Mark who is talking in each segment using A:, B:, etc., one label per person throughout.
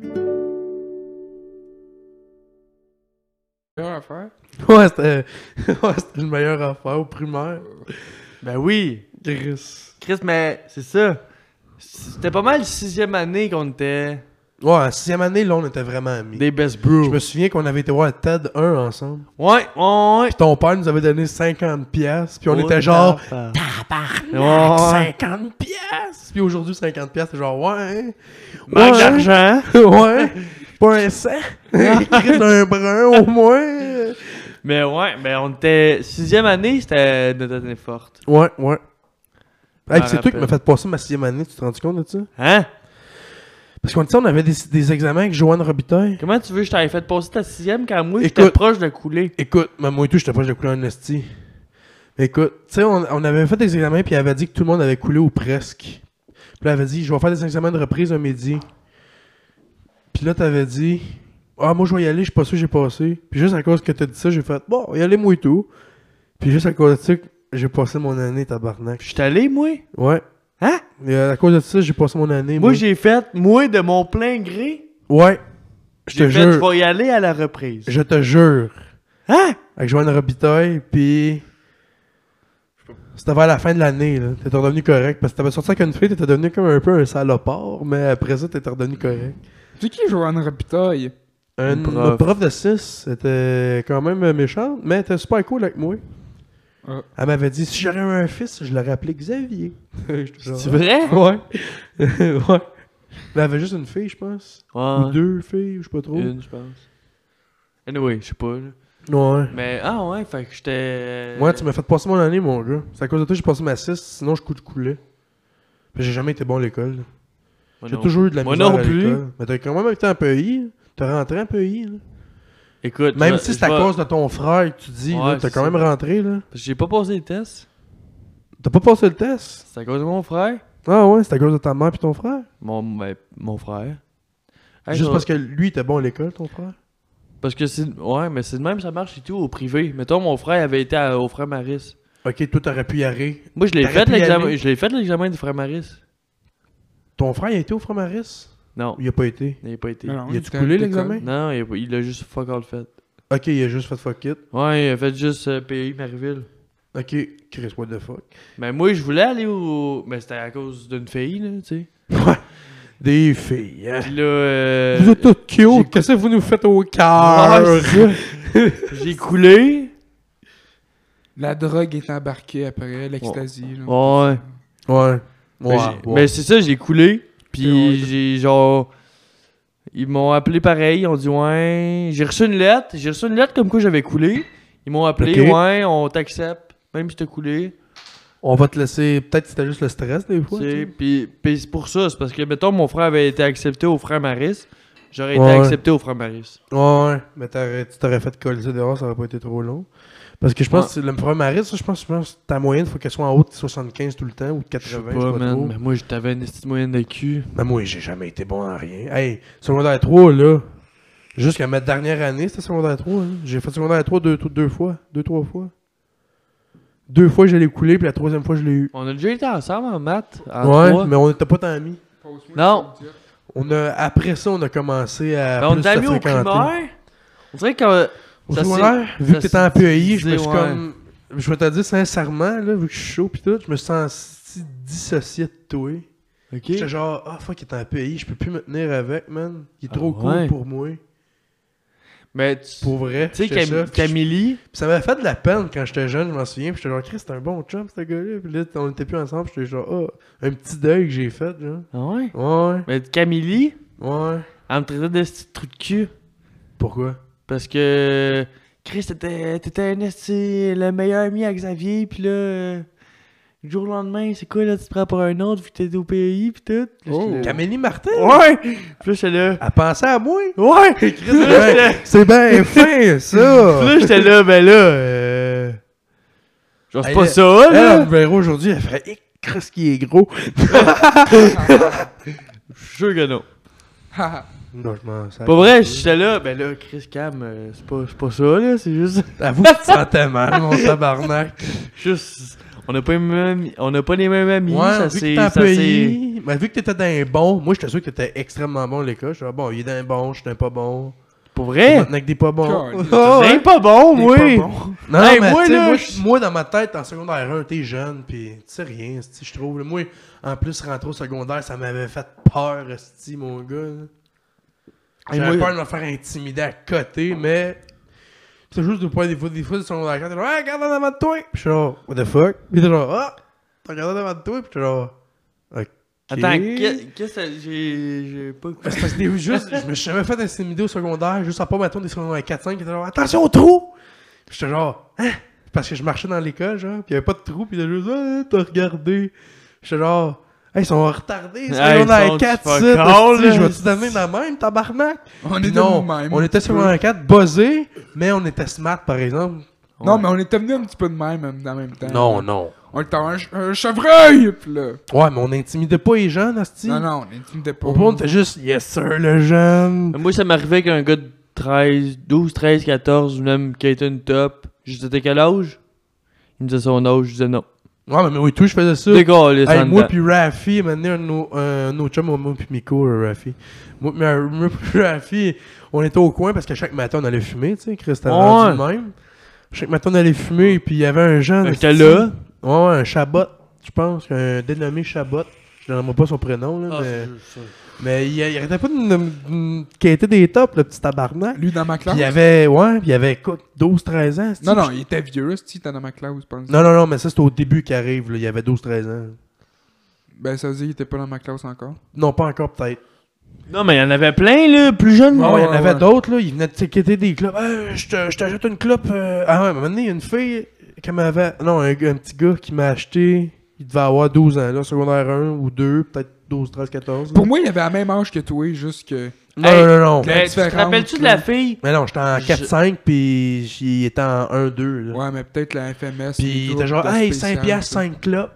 A: Ouais, c'était ouais, c'était le meilleur affaire au primaire.
B: Ben oui!
A: Chris.
B: Chris, mais c'est ça. C'était pas mal sixième année qu'on était
A: Ouais, en sixième année, là, on était vraiment amis.
B: des best
A: Je
B: bros.
A: me souviens qu'on avait été voir TED 1 ensemble.
B: Ouais, ouais, ouais.
A: Puis ton père nous avait donné 50 pièces, puis on
B: Oh,
A: était genre
B: tabarnak.
A: tabarnak,
B: Ouais.
A: 50 pièces. Puis aujourd'hui 50 pièces, c'est genre ouais.
B: Manque
A: ouais,
B: d'argent.
A: ouais. Pas un cent. Écrit d'un brun au moins.
B: Mais ouais, mais on était. Sixième année, c'était notre année forte.
A: Ouais, ouais.
B: M'en
A: Hey, puis c'est toi qui
B: rappelle.
A: m'as fait passer ma sixième année, tu te rends compte de ça?
B: Hein?
A: Parce qu'on dit ça, on avait des, des examens avec Joanne Robitaille.
B: Comment tu veux que je t'avais fait passer ta sixième quand moi j'étais
A: Écoute.
B: proche de couler?
A: Écoute, même moi et tout, j'étais proche de couler en esti. Écoute, tu sais, on, on avait fait des examens, puis elle avait dit que tout le monde avait coulé ou presque. Puis là, elle avait dit, je vais faire des examens de reprise un midi. Puis là, t'avais dit, ah, moi, je vais y aller, je suis pas sûr que j'ai passé. Puis juste à cause que t'as dit ça, j'ai fait, bon, y aller, moi et tout. Puis juste à cause de ça, j'ai passé mon année, tabarnak.
B: J'étais allé, moi?
A: Ouais.
B: Hein?
A: Et à cause de ça, j'ai passé mon année.
B: Moi j'ai fait, moi de mon plein gré,
A: Ouais. Je te
B: j'ai fait, je
A: jure.
B: vais y aller à la reprise.
A: Je te jure.
B: Hein?
A: Avec Joanne Robitaille, puis. C'était vers la fin de l'année, là. T'étais redevenu correct. Parce que t'avais sorti avec une fille, t'étais devenu comme un peu un salopard, mais après ça, t'étais redevenu correct.
C: C'est qui Joanne Rapitaille?
A: Un
B: Une prof.
A: prof. prof de 6 était quand même euh, méchante, mais elle était super cool avec moi.
C: Ah.
A: Elle m'avait dit si j'aurais eu un fils, je l'aurais appelé Xavier. J'étais genre,
B: C'est vrai?
A: Ouais. ouais. Mais elle avait juste une fille, je pense. Ou
B: Ouais.
A: deux filles, je sais pas trop.
B: Une, je pense. Anyway, je sais pas. là.
A: Ouais.
B: Mais ah ouais, fait que j'étais. euh,
A: Moi, tu m'as fait passer mon année, mon gars. C'est à cause de toi que j'ai passé ma 6, sinon je cou- coulais. Puis J'ai jamais été bon à l'école. là.
B: Moi
A: J'ai
B: non.
A: toujours eu de la
B: Moi
A: misère
B: non
A: à
B: plus.
A: l'école. Mais t'as quand même été un peu I. T'as rentré un peu I. là.
B: Écoute,
A: Même
B: je-
A: si
B: je
A: c'est à
B: vais-
A: cause de ton frère que tu dis, là,
B: Ouais,
A: t'as
B: c'est
A: quand
B: ça.
A: même rentré. là.
B: parce que J'ai pas passé les tests.
A: T'as pas passé le test.
B: C'est à cause de mon frère.
A: Ah ouais, c'est à cause de ta mère puis ton frère.
B: Mon, ben, mon frère.
A: Juste parce
B: que.
A: que lui était bon à l'école, ton frère.
B: Parce que c'est. Ouais, mais c'est de même, ça marche et tout au privé. Mettons, mon frère avait été à- au frère Maris.
A: Ok, toi, t'aurais pu y aller.
B: Moi, je l'ai
A: T'aurais
B: fait
A: pu y
B: l'examen.
A: aller.
B: Je l'ai fait l'examen du frère Maris.
A: Ton frère, il a été au frère Maris
B: Non,
A: Ou Il a pas été.
B: il n'a pas été.
C: Non,
B: Non,
C: non,
A: Y a-tu
C: était à
A: coulé
C: l'école.
A: l'examen?
B: il, a, pas- il a juste fuck all fait.
A: Ok, il a juste fait fuck it.
B: Ouais, il a fait juste euh, PI Marieville.
A: Ok, Chris, what the fuck.
B: Mais moi, je voulais aller au. Mais c'était à cause d'une fille, là, tu sais.
A: Ouais. Des filles. hein.
B: Puis là. euh,
A: Vous êtes toutes
B: j'ai-
A: cute. Qu'est-ce que vous nous faites au
B: Ouais,
A: cœur?
B: J'ai coulé.
C: La drogue est embarquée après,
A: Oh.
C: l'ecstasy. genre.
B: Ouais.
A: Ouais.
B: Mais j'ai- Mais c'est ça, j'ai coulé.
C: Ouais.
B: Puis j'ai genre. Ils m'ont appelé pareil. Ils ont dit ouais. J'ai reçu une lettre. J'ai reçu une lettre comme quoi j'avais coulé. Ils m'ont appelé
A: Ok.
B: ouais, on t'accepte. Même si t'as coulé.
A: On va te laisser. Peut-être que c'était juste le stress des fois.
B: tu sais.
A: tu sais.
B: Puis, puis c'est pour ça. C'est parce que, mettons, mon frère avait été accepté au frère Maris. J'aurais
A: Ouais.
B: été accepté au frère Maris.
A: Ouais, ouais. Mais t'aurais- tu t'aurais fait coller ça dehors, ça aurait pas été trop long. Parce que je pense
B: Ouais.
A: que c'est- le premier maris, ça, je pense, je pense que ta moyenne, faut qu'elle soit en haut de 75 tout le temps ou de
B: Je sais
A: 80.
B: pas,
A: je sais pas
B: man.
A: trop.
B: Mais moi, je- t'avais une estime moyenne de cul.
A: Mais moi, j'ai jamais été bon à rien. Hey, secondaire 3, là. Jusqu'à ma dernière année, c'était secondaire 3. hein. J'ai fait secondaire 3 deux, deux, deux fois. Deux, trois fois. Deux fois, je l'ai coulé, puis la troisième fois, je l'ai eu.
B: On a déjà été ensemble en maths. en
A: ouais,
B: trois.
A: mais on n'était pas tant amis.
C: Pose-moi
B: Non.
C: sur le diable.
A: On a, après ça, on a commencé
B: Mais
A: à.
B: Ben, on
A: plus
B: t'a
A: se
B: mis au
A: fréquenter.
B: primaire. On dirait que.
A: Au
B: Ça, c'est-
A: secondaire, vu
B: ça,
A: que t'étais en
B: c'est
A: PEI, je me suis
B: divisé, ouais.
A: comme. Je vais te dire sincèrement, là, vu que je suis chaud pis tout, je me suis senti dissocié de toi.
B: Ok.
A: J'étais genre, ah fuck, il est en PEI, je peux plus me tenir avec, man. Il est trop
B: Ah
A: cool
B: ouais.
A: pour moi.
B: Mais tu.
A: Pour vrai.
B: Tu sais,
A: j'étais ça.
B: Cam-
A: Pis
B: Camille,
A: je- pis ça m'a fait de la peine quand j'étais jeune, je m'en souviens. Pis j'étais genre, Chris, c'est un bon chum, ce gars-là. Pis là, on était plus ensemble, j'étais genre, ah, un petit deuil que j'ai fait, genre.
B: Ah ouais?
A: Ouais,
B: Mais Camille,
A: ouais.
B: elle me traitait de petit trou de cul.
A: Pourquoi?
B: Parce que. Chris, t'étais t'étais un esti, le meilleur ami à Xavier, pis là. euh, Du jour au lendemain, c'est quoi là, tu te prends pour un autre, vu que t'es au PEI, pis tout. Là,
C: Oh.
B: j'étais là,
A: Camélie Martin?
B: Ouais! Pis là, j'étais là.
A: Elle pensait à moi?
B: Ouais! Puis là, j'étais là-
A: Ouais, C'est bien fin, ça!
B: puis là, j'étais là, ben là. euh, Genre, c'est
A: Elle-
B: pas ça,
A: Elle, elle
B: là!
A: me verrait aujourd'hui, elle ferait Hic, Chris qui est gros.
B: Je suis sûr que non.
C: Ha,
A: Non, je m'en sers.
B: Pas vrai, j'étais là, ben là, Chris Cam, euh, c'est pas, c'est pas ça, là, c'est juste.
A: Avoue que tu te sentais mal, mon tabarnak.
B: Juste, on n'a pas, les mêmes- on n'a pas les mêmes amis, ça
A: Ouais, vu
B: c'est...
A: que t'as
B: ça c'est-
A: payé. Mais vu que t'étais dans un bon, moi j'étais sûr que t'étais extrêmement bon à l'école. Je suis bon, il est dans un bon, je suis dans un pas bon.
B: Pour
A: Hey!
B: vrai?
A: des pas bons.
C: Calme.
B: C'est
A: Ah ouais.
B: pas bon,
A: Des
B: oui!
A: pas bons. Non,
B: Hey,
A: mais
B: moi,
A: tu sais,
B: là,
A: moi,
B: je-
A: moi, dans ma tête, en secondaire 1, t'es jeune, pis tu sais rien, esti, je trouve. là. Moi, en plus, rentrer au secondaire, ça m'avait fait peur, esti, mon gars. là.
C: ah.
B: Hey,
A: J'avais
B: moi-
A: peur de me faire intimider à côté, mais. C'est juste des fois, des fois, des fois, du secondaire 4, t'es genre, ah, regarde en avant de toi! Pis je suis genre, what the fuck? Pis t'es genre, ah, t'as regardé en avant de toi, pis t'es genre, ok.
B: Attends, qu'est- qu'est-ce que j'ai. J'ai pas écouté.
A: C'est parce que des- juste, je me suis jamais fait intimider au secondaire, juste à pas mettons des secondaires 4-5 qui étaient genre Attention au trou! Puis J'étais genre Hein? Parce que je marchais dans l'école, genre, pis y avait pas de trou, pis il juste Ah, t'as regardé. J'étais genre Hey, ils sont retardés, ils sont
B: Hey, ils
A: secondaire
B: sont
A: 4
B: du fuck
A: c'est
B: all,
A: hostie, Je
B: là.
A: vais-tu donner la même, tabarnak?
C: On
A: Puis
C: était
A: non,
C: nous-mêmes.
A: on était secondaire 4 buzzés, mais on était smart par exemple.
C: Non,
B: Ouais.
C: mais on était venus un petit peu de même euh, en même temps.
A: non.
C: On était un, ch- un chevreuil, pis là.
A: Ouais, mais on intimidait pas les jeunes, Asti.
C: Non, non, on intimidait pas.
A: Au point, on était juste Yes sir, le jeune.
B: Moi, ça m'arrivait qu'un gars de 13, 12, 13, 14, même qui était une top, je disais T'as quel âge Il me disait son âge, je disais non.
A: Ouais, mais oui, tout, je faisais ça.
B: Dégale, les
A: Hey, moi puis Rafi, maintenant un de nos- un de nos chums, moi puis Miko, euh, Rafi. Moi puis euh, moi puis Rafi, on était au coin parce que chaque matin on allait fumer, tu sais, Chris, t'avais
B: Ouais.
A: rendu de même. Chaque matin on allait fumer, puis il y avait un jeune.
B: Fait que
A: esti-
B: là-
A: Ouais, ouais, un Chabot, je pense, un dénommé Chabot. Je ne nommerai pas son prénom,
B: Ah,
C: Ah,
A: là, mais, mais il, il arrêtait pas de me- me quitter des tops, le petit tabarnak.
C: Lui dans ma
A: Puis
C: classe.
A: il y avait, ouais, puis il y avait, écoute, 12-13 ans, esti.
C: Non, non, il était vieux, si t'es dans ma classe, je pense.
A: Non, non, non, mais ça, c'est au début qui arrive, là, il y avait 12-13 ans.
C: Ben, ça veut dire qu'il était pas dans ma classe encore.
A: Non, pas encore, peut-être.
B: Non, mais il y en avait plein, là, plus jeune.
A: Ah ouais, il y en
C: ouais,
A: avait
C: ouais.
A: d'autres, là. Ils venaient de tiqueter des clubs. Hey, je te- je t'achète une clope. euh. Ah ouais, à un moment donné, il y a une fille qui m'avait. Non, un, gars- un petit gars qui m'a acheté. Il devait avoir 12 ans, là, secondaire 1 ou 2, peut-être 12, 13, 14. là.
C: Pour moi, il avait la même âge que toi, juste que.
A: Non,
B: Hey,
A: non, non, non.
B: Mais
C: la
B: Ben, tu te
C: différence,
B: rappelles-tu de la
C: là.
B: fille
A: Mais non, j'étais en
B: Je-
A: 4-5, puis j'y étais en 1-2, là.
C: Ouais, mais peut-être la FMS.
A: Puis il était genre, hey, 5 piastres, 5 clopes.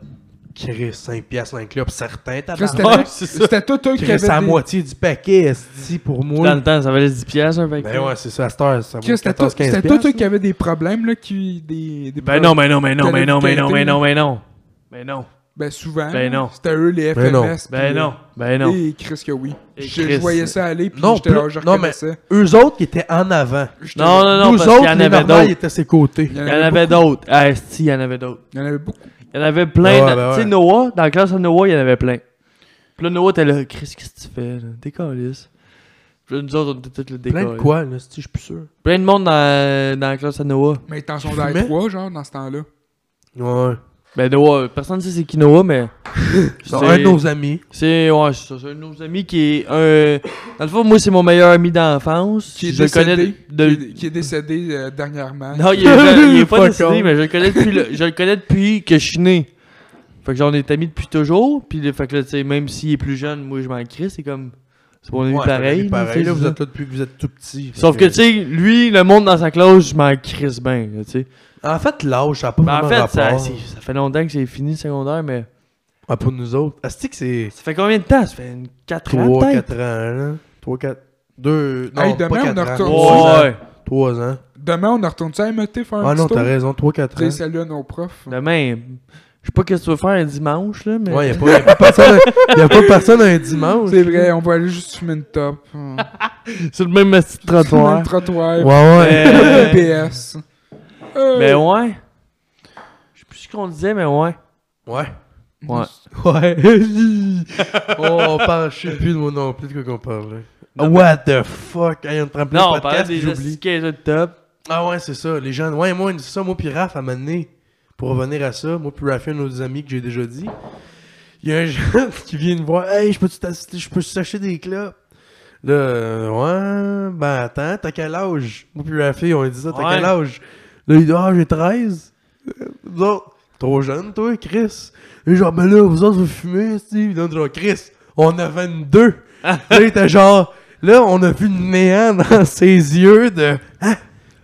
A: Chris, 5 piastres, 5 clopes, certains,
C: Chris,
A: tabarnak.
C: c'était-
B: Ouais, c'est ça.
C: C'était tout eux qui
A: Chris, c'est la
C: avaient. des-
A: moitié du paquet, esti, pour
B: Dans
A: moi.
B: le temps, ça valait 10 piastres, un
A: Ben ouais, c'est ça, à cette heure, ça vaut
C: Chris, C'était tout-
A: 14, 15
C: c'était tout eux
A: piastres.
C: qui avaient des problèmes, là, qui. Des, des
B: Ben
C: problèmes-
B: non, ben non, ben non,
C: T'as
B: ben
C: la
B: non, ben non, ben
C: vitalité.
B: non, ben non. Ben non.
C: Ben souvent.
B: Ben non.
C: C'était eux, les
A: Ben non.
C: FMS.
B: Ben non. Ben non.
C: Et euh, Chris, que oui.
B: Et
C: Je
B: Chris.
C: je voyais ça aller, puis
A: Non,
C: j'étais là,
A: plus-
C: je
A: non, mais-
C: reconnaissais.
A: Eux autres qui étaient en avant.
C: J'étais
B: Non,
C: là.
B: non, non,
A: Nous
B: parce qu'il y
A: autres,
B: en
A: les
B: avait
A: normales, ils
B: d'autres.
A: étaient à ses côtés.
C: Il
B: Il y en avait d'autres. Ah, si, il y en avait d'autres.
C: Il y en avait beaucoup.
B: Il y en avait plein.
A: Ouais,
B: dans-
A: ben
B: Tu sais,
A: ouais.
B: Noah, dans la classe de Noah, il y en avait plein. Puis là, Noah était là, Chris, qu'est-ce que tu fais, là? T'es calisse. Puis là, nous autres, on était tous le décollés.
A: Plein de quoi, là, si je suis plus sûr.
B: Plein de monde dans, dans la classe à Noah.
C: Mais ils t'en
A: Tu
C: sont dans
A: fumais?
C: les trois, genre, dans ce temps-là.
A: Ouais.
B: Ben, Noah, personne ne sait c'est qui Noah, mais.
A: C'est un de nos amis.
B: C'est ouais, c'est ça, c'est un de nos amis qui est un. Dans le fond, moi, c'est mon meilleur ami d'enfance.
C: Qui est
B: je le
C: décédé.
B: connais de-
C: Qui, est, qui est décédé euh, dernièrement.
B: Non, il est, il est
A: Fuck
B: pas décédé,
A: off.
B: mais je le connais depuis le- je le connais depuis que je suis né. Fait que genre, on est amis depuis toujours. Puis le fait que là, tu sais, même s'il est plus jeune, moi, je m'en crie, c'est comme. C'est mon ami
A: Ouais,
B: pareil. là,
A: pareil,
B: tu sais,
A: là,
B: c'est
A: vous
B: ça.
A: êtes là depuis que vous êtes tout petit.
B: Sauf que, tu sais, lui, le monde dans sa classe, je m'en crisse bien, là, tu sais.
A: En fait, l'âge, ça n'a pas
B: Ben,
A: vraiment
B: en fait, ça,
A: rapport.
B: c'est- ça fait longtemps que j'ai fini le secondaire, mais.
A: Ah, pour nous autres. Asti que c'est
B: Ça fait combien de temps Ça fait 4 ans
A: 3,
B: peut-être
A: 4 ans, hein? 3, 4... 2... Non,
C: Hey,
A: pas
C: demain, on
A: 4
C: a
A: ans.
C: retourné-
A: 3 ans.
B: Ouais.
A: 3 ans.
C: Demain, on retourne ça à MT faire un
A: Ah
C: petit
A: non,
C: tour.
A: t'as raison, 3-4
C: Dire
A: ans.
C: salut à nos profs.
B: Demain, je sais pas qu'est-ce que tu veux faire un dimanche, là, mais.
A: Ouais, y'a pas, y a pas personne, y a pas personne un dimanche.
C: C'est vrai, on va aller juste fumer une top. Hum.
B: C'est le même petit
C: Fumer
B: trottoir.
C: le trottoir.
A: Ouais, ouais.
B: Mais-
C: PS. Euh,
B: Mais ouais. Je sais plus ce qu'on disait, mais ouais.
A: Ouais.
B: Ouais.
A: Ouais. oh, on parle, je sais plus de moi non plus de quoi qu'on parle. là. What the fuck? Hey, on te rappelle
B: Ah, Non,
A: le
B: on parlait
A: podcast,
B: des
A: j'oublie.
B: esquisses de top.
A: Ah ouais, c'est ça, les jeunes. Ouais, moi, c'est ça, moi puis Raph, à un moment donné, pour revenir à ça, moi puis Raph, un de nos amis que j'ai déjà dit, il y a un jeune qui vient me voir « Hey, je peux je peux s'acheter des clubs? » Là, euh, ouais, ben attends, t'as quel âge? Moi puis Raph, on lui dit ça, t'as
B: Ouais.
A: quel âge? Là, il dit « Ah, j'ai 13. » Nous autres, Trop jeune, toi, Chris. Et genre, ben là, vous autres, vous fumez, Steve. Là, on dit genre, Chris, on a 22. là, il était genre, là, on a vu le néant dans ses yeux de, ah,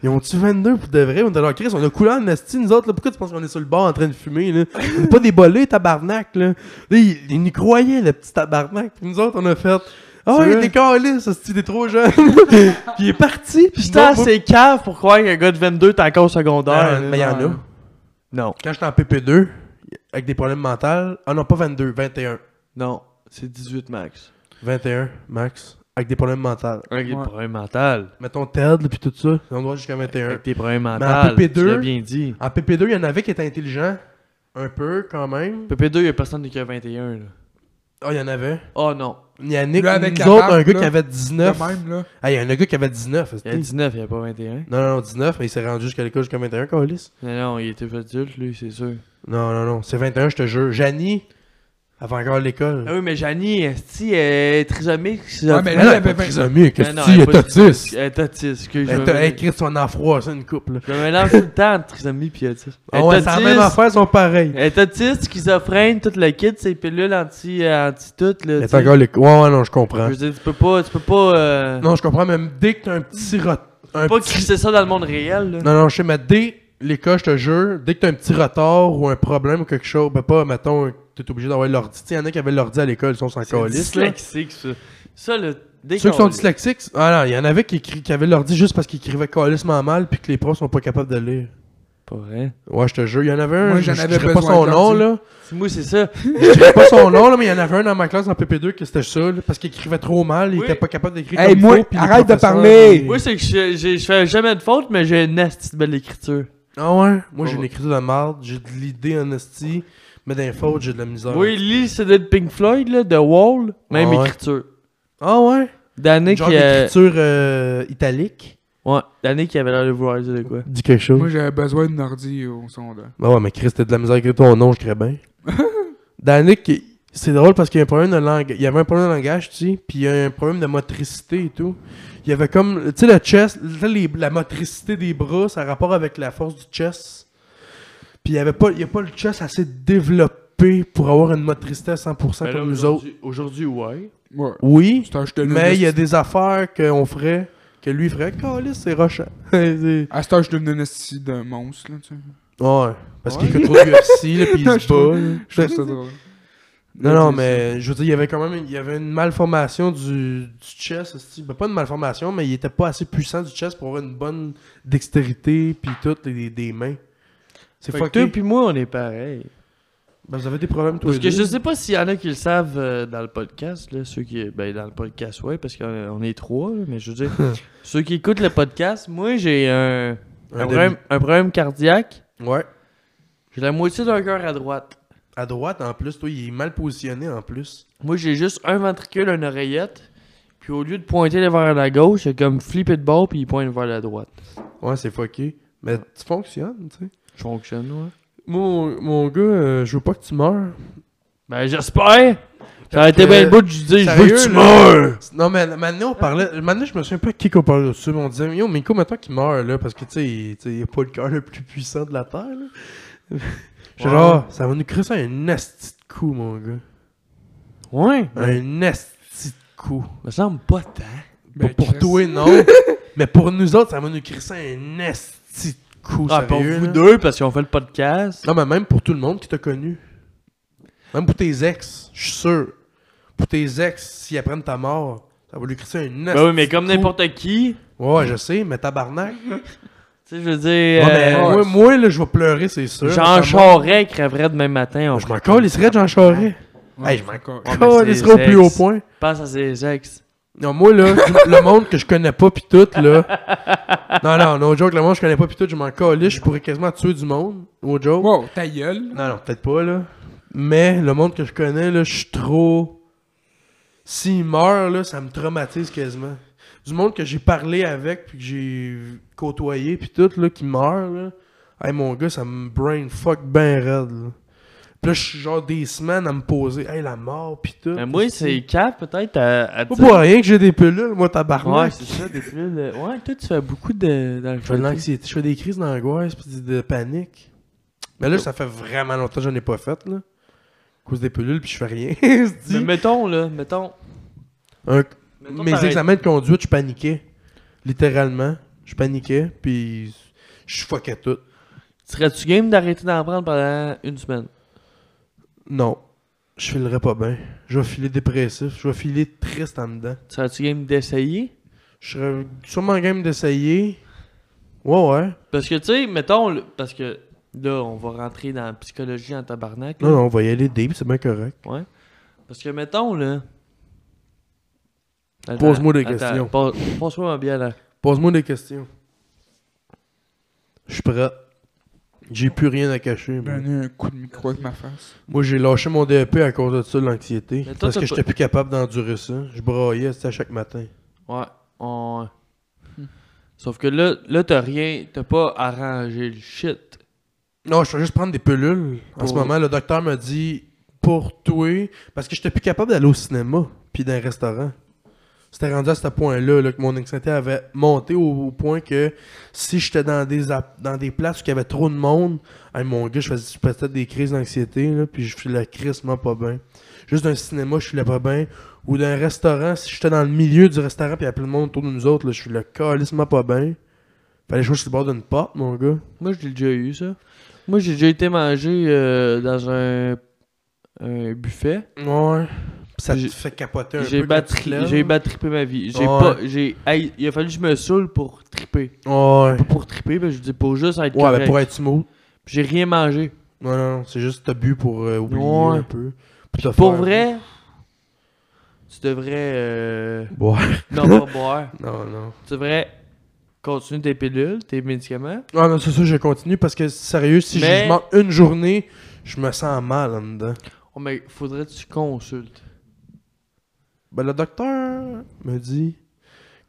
A: ils ont-tu 22 pour de vrai? On était genre, Chris, on a coulé en esti, nous autres, là. Pourquoi tu penses qu'on est sur le bord en train de fumer, là? On est pas des bolés, tabarnak, là. Là, il, il nous croyait, le petit tabarnak. Puis nous autres, on a fait, ah
C: C'est
A: ouais,
C: vrai.
A: t'es calé, ça, t'es trop jeune. puis il est parti. Puis
B: Putain,
A: moi, moi-
B: c'est cave pour croire qu'un gars de 22 est encore au secondaire.
A: Ah, mais y'en a.
B: Non,
A: Quand j'étais en PP2, avec des problèmes mentaux, ah non, pas 22, 21.
B: non. C'est 18 max.
A: 21, max. avec des problèmes mentaux.
B: Avec des
C: Ouais.
B: problèmes mentaux.
A: Mettons TED, puis tout ça, on doit jusqu'à 21.
B: Avec tes problèmes mentaux.
A: PP2,
B: Tu l'as bien dit.
A: En PP2, il y en avait qui étaient intelligents, un peu quand même.
B: PP2, il y a personne qui a 21, là.
A: Ah, il y en avait.
B: Oh non.
A: Yannick,
C: Là, avec
A: nous
C: la
A: autres,
C: barbe,
A: un gars
C: là,
A: qui avait
C: Le
A: 19.
C: Euh, même, là.
A: Ah, il y en a un gars qui avait 19.
B: Il a
A: c'était-
B: 19, il n'y a pas 21.
A: Non, non, non, 19, mais il s'est rendu jusqu'à l'école jusqu'à 21, Colis.
B: Mais non, il était adulte, lui, c'est sûr.
A: Non, non, non, c'est 21, je te jure. Janie, avant encore l'école.
B: Ah oui, mais Janie, est-ce elle est trisomique?
C: Ouais, mais
A: Mais
C: là,
A: non, elle
C: elle avait
A: est pas
C: 20.
A: trisomique,
B: Mais non,
A: si,
B: elle
A: elle
B: est
A: est
B: pas
A: autiste.
B: Elle est autiste, excuse
A: Elle t'a écrit son enfroid, ça, une couple. là.
B: Je me mélange tout le temps entre trisomie et autisme.
A: Ah ouais, c'est la même affaire, ils sont pareils.
B: Elle est autiste, schizophrène, tout le kit, ses pilules anti, euh, anti tout là.
A: Mais
B: tu sais.
A: t'as encore les. Ouais, ouais, non, je comprends.
B: Je veux dire, tu peux pas, tu peux pas, euh,
A: Non, je comprends, même dès que t'as un petit rot. un
B: pas
A: petit-
B: crisser ça dans le monde réel, là.
A: Non, non, je sais, mais dès les cas, je te jure, dès que t'as un petit retard ou un problème ou quelque chose, ben pas, mettons, t'es obligé d'avoir l'ordi. Tu sais, y en a qui avaient l'ordi à l'école, ils sont sans
B: C'est
A: calice, là.
B: dyslexique, ça. Ça, là, dès
A: Ceux qui sont
B: qu'on-
A: dyslexiques, c'est- ah non, il y en avait qui, écri- qui avaient l'ordi juste parce qu'ils écrivaient calissement mal puis que les profs sont pas capables de lire.
B: Pas vrai.
A: Ouais, je te jure, il y en avait un,
C: Moi,
A: je
C: j'en
A: je
C: avais
A: dirais pas
C: besoin
A: son
C: de
A: nom,
C: l'ordi.
A: là.
B: C'est- Moi, c'est ça.
A: Je dirais pas son nom, là, mais il y en avait un dans ma classe en PP2 que c'était ça, là, parce qu'il écrivait trop mal, il
B: Oui.
A: était pas capable d'écrire
C: Hey,
A: comme il
C: moi,
A: faut, puis les
C: arrête de
A: professeurs, euh,
C: parler.
A: ils-
B: Moi, c'est que je, j'ai- je fais jamais de faute, mais j'ai une astuce de belle écriture.
A: Ah ouais? Moi,
C: Oh.
A: j'ai
B: Ouais.
A: une écriture de marde, j'ai de l'idée en esti, mais d'un faute, j'ai de la misère.
B: Oui, Lee, c'est de Pink Floyd, là, de Wall, même
A: Ah ouais.
B: écriture.
A: Ah ouais?
B: Danny
A: Genre
B: qui, euh,
A: d'écriture euh, italique.
B: ouais, Danny qui avait l'air de vouloir dire de quoi.
A: Dis quelque chose.
C: Moi, j'avais besoin d'un ordi au sondage.
A: Bah ouais, mais Chris, t'as de la misère à écrire ton nom, je crée bien. Danick, c'est drôle parce qu'il y a un problème de langue. Il y avait un problème de langage, tu sais, puis il y a un problème de motricité et tout. Il y avait comme, tu sais, le chest, tu sais, les- la motricité des bras, ça a rapport avec la force du chest. Puis il y avait pas, il y a pas le chest assez développé pour avoir une motricité à 100% comme nous autres.
B: Aujourd'hui, ouais.
C: Ouais.
A: Oui,
C: C'est un jeu de
A: mais il y a des affaires qu'on ferait, que lui ferait. Calisse, c'est rochant. C'est-
C: À ce âge, je devenais un esti de monstre, là, tu sais.
A: Ouais. Parce qu'il
B: Ouais.
A: écoute trop de UFC, là, pis il se bat. là.
C: Je trouve ça drôle.
A: Non, non, mais je veux dire, il y avait quand même une, il y avait une malformation du, du chest. esti. Ben, pas une malformation, mais il était pas assez puissant du chest pour avoir une bonne dextérité, puis tout, des, des mains. C'est
B: Fait que
A: fucké.
B: toi puis moi, on est pareil.
A: Ben, vous avez des problèmes, tous
B: Parce
A: les
B: que
A: deux.
B: je sais pas s'il y en a qui le savent euh, dans le podcast, là, ceux qui, ben, dans le podcast, ouais, parce qu'on on est trois, là, mais je veux dire, ceux qui écoutent le podcast, moi, j'ai un, un,
A: Un
B: problème, un problème cardiaque.
A: demi- Ouais.
B: J'ai la moitié d'un cœur à droite.
A: À droite, en plus, toi, il est mal positionné, en plus.
B: Moi, j'ai juste un ventricule, une oreillette. Puis au lieu de pointer vers la gauche, c'est comme flipper de bord, puis il pointe vers la droite.
A: Ouais, c'est fucké. Mais tu fonctionnes, tu sais.
B: Je fonctionne, ouais.
A: Moi, mon, mon gars, euh, je veux pas que tu meurs.
B: Ben, j'espère! Ça aurait été
A: que-
B: bien le bout de dire, je veux que tu
A: Sérieux, là?
B: meurs!
A: Non, mais maintenant, on parlait. Maintenant, je me souviens pas à qui qu'on parlait dessus, mais on disait, yo, Miko, maintenant qu'il meurt, là, parce que, tu sais, il- tu sais, il a pas le cœur le plus puissant de la Terre, là. J'étais
B: Ouais.
A: genre, ça va nous créer ça un asti de coup, mon gars.
B: Ouais!
A: Un asti de coup.
B: me semble pas tant.
A: Pas
C: Ben,
A: pour
C: Chris.
A: toi, non. mais pour nous autres, ça va nous créer ça un asti de coup,
B: Ah, pour
A: sérieux,
B: vous
A: là.
B: deux, parce qu'on fait le podcast.
A: Non, mais même pour tout le monde qui t'a connu. Même pour tes ex, je suis sûr. Pour tes ex, s'ils apprennent ta mort, ça va lui créer ça un asti
B: Ben oui, mais comme
A: de coup.
B: n'importe qui,
A: Ouais, je sais, mais tabarnak.
B: tu sais, je veux dire.
A: Ouais, mais
B: euh,
A: moi, moi, là, je vais pleurer, c'est sûr.
B: Jean
A: Ça m'a-
B: Charest crèverait demain matin. On
A: Je m'en colle, il serait Jean Charest.
C: Ouais,
A: Hey, je m'en
C: encore.
B: Ouais, mais
A: Colle,
B: c'est
A: il serait au plus haut
B: sexe.
A: point.
B: Pense à ses ex.
A: Non, moi, là, le monde que je connais pas, pis tout, là. Non, non, no joke, le monde que je connais pas, pis tout, je m'en colle, je pourrais quasiment tuer du monde. No joke.
C: Wow, ta gueule.
A: Non, non, peut-être pas, là. Mais le monde que je connais, là, je suis trop. S'il meurt, là, ça me traumatise quasiment. Du monde que j'ai parlé avec, puis que j'ai côtoyé, puis tout, là, qui meurt, là. Hey, mon gars, ça me brain fuck ben raide, là. Puis là, je suis genre des semaines à me poser, hey, la mort, puis tout.
B: Mais Euh, moi, c'est cap, peut-être, à, à
A: Pas
B: dire-
A: pour rien que j'ai des pelules, moi,
B: Ouais,
A: tabarnak.
B: c'est ça, des pilules. de- Ouais, toi, tu fais beaucoup de. Dans le
A: je fais de l'anxiété, je fais des crises d'angoisse, puis de panique. Mais là, ça fait vraiment longtemps que j'en ai pas fait, là. À cause des pelules, puis je fais rien. Je dis.
B: Mais mettons, là, mettons.
A: Un-
B: Mettons,
A: mes
B: t'arrêtes.
A: examens de conduite, je paniquais. Littéralement. Je paniquais, puis je fuckais tout.
B: Serais-tu game d'arrêter d'en prendre pendant une semaine?
A: Non. Je filerais pas bien. Je vais filer dépressif. Je vais filer triste en dedans.
B: Serais-tu game d'essayer?
A: Je serais sûrement game d'essayer. Ouais, ouais.
B: Parce que, tu sais, mettons, le- parce que là, on va rentrer dans la psychologie en tabarnak. là.
A: Non, non, on va y aller deep, c'est bien correct.
B: Parce que, mettons, là. Attends,
A: Pose-moi des
B: attends,
A: questions.
B: pose- Pose-moi un bien là.
A: Pose-moi des questions. Je suis prêt. J'ai plus rien à cacher. moi.
C: Donner Ben, un coup de micro avec ma face.
A: Moi, j'ai lâché mon DEP à cause de ça, de l'anxiété.
B: Mais toi,
A: Parce
B: t'as
A: que j'étais
B: pas-
A: plus capable d'endurer ça. Je braillais ça chaque matin.
B: Ouais, on.
C: Hmm.
B: Sauf que là, là t'as rien, t'as pas arrangé le shit.
A: Non, je fais juste prendre des pilules. En
B: Pour-
A: ce moment, le docteur m'a dit pour toi. Parce que j'étais plus capable d'aller au cinéma puis d'un restaurant. C'était rendu à ce point-là là, que mon anxiété avait monté au, au point que si j'étais dans des ap- dans des places où il y avait trop de monde, hey, mon gars, je faisais je faisais peut-être des crises d'anxiété, là, puis je suis la crise moi pas bien. Juste d'un cinéma, je suis là pas bien. Ou d'un restaurant, si j'étais dans le milieu du restaurant puis il y a plein de monde autour de nous autres, là, je suis le calissement pas bien. Fallait que je sois sur le bord d'une porte, mon gars.
B: Moi, je l'ai déjà eu, ça. Moi, j'ai déjà été manger euh, dans un, un buffet.
A: Ouais. Pis ça te
B: J'ai-
A: fait capoter un peu.
B: J'ai
A: quand tu te
B: battu,
A: lèves.
B: j'ai battrippé ma vie. J'ai
A: Ouais.
B: pas, j'ai, hey, il a fallu que je me saoule pour triper.
A: Ouais.
B: Pas pour triper, mais je dis pour juste être
A: Ouais, ben
B: correct.
A: pour être smooth.
B: Puis J'ai rien mangé.
A: Non, non, non, c'est juste t'as bu pour euh, oublier
B: Ouais.
A: un peu. Puis te
B: Pour
A: faire-
B: vrai, tu devrais, euh,
A: Boire.
B: non pas boire.
A: Non, non.
B: Tu devrais continuer tes pilules, tes médicaments.
A: Ah non, c'est ça, je continue parce que sérieux, si je-
B: Mais-
A: je manque une journée, je me sens mal en dedans.
B: Oh, mais faudrait que tu consultes.
A: Ben le docteur me dit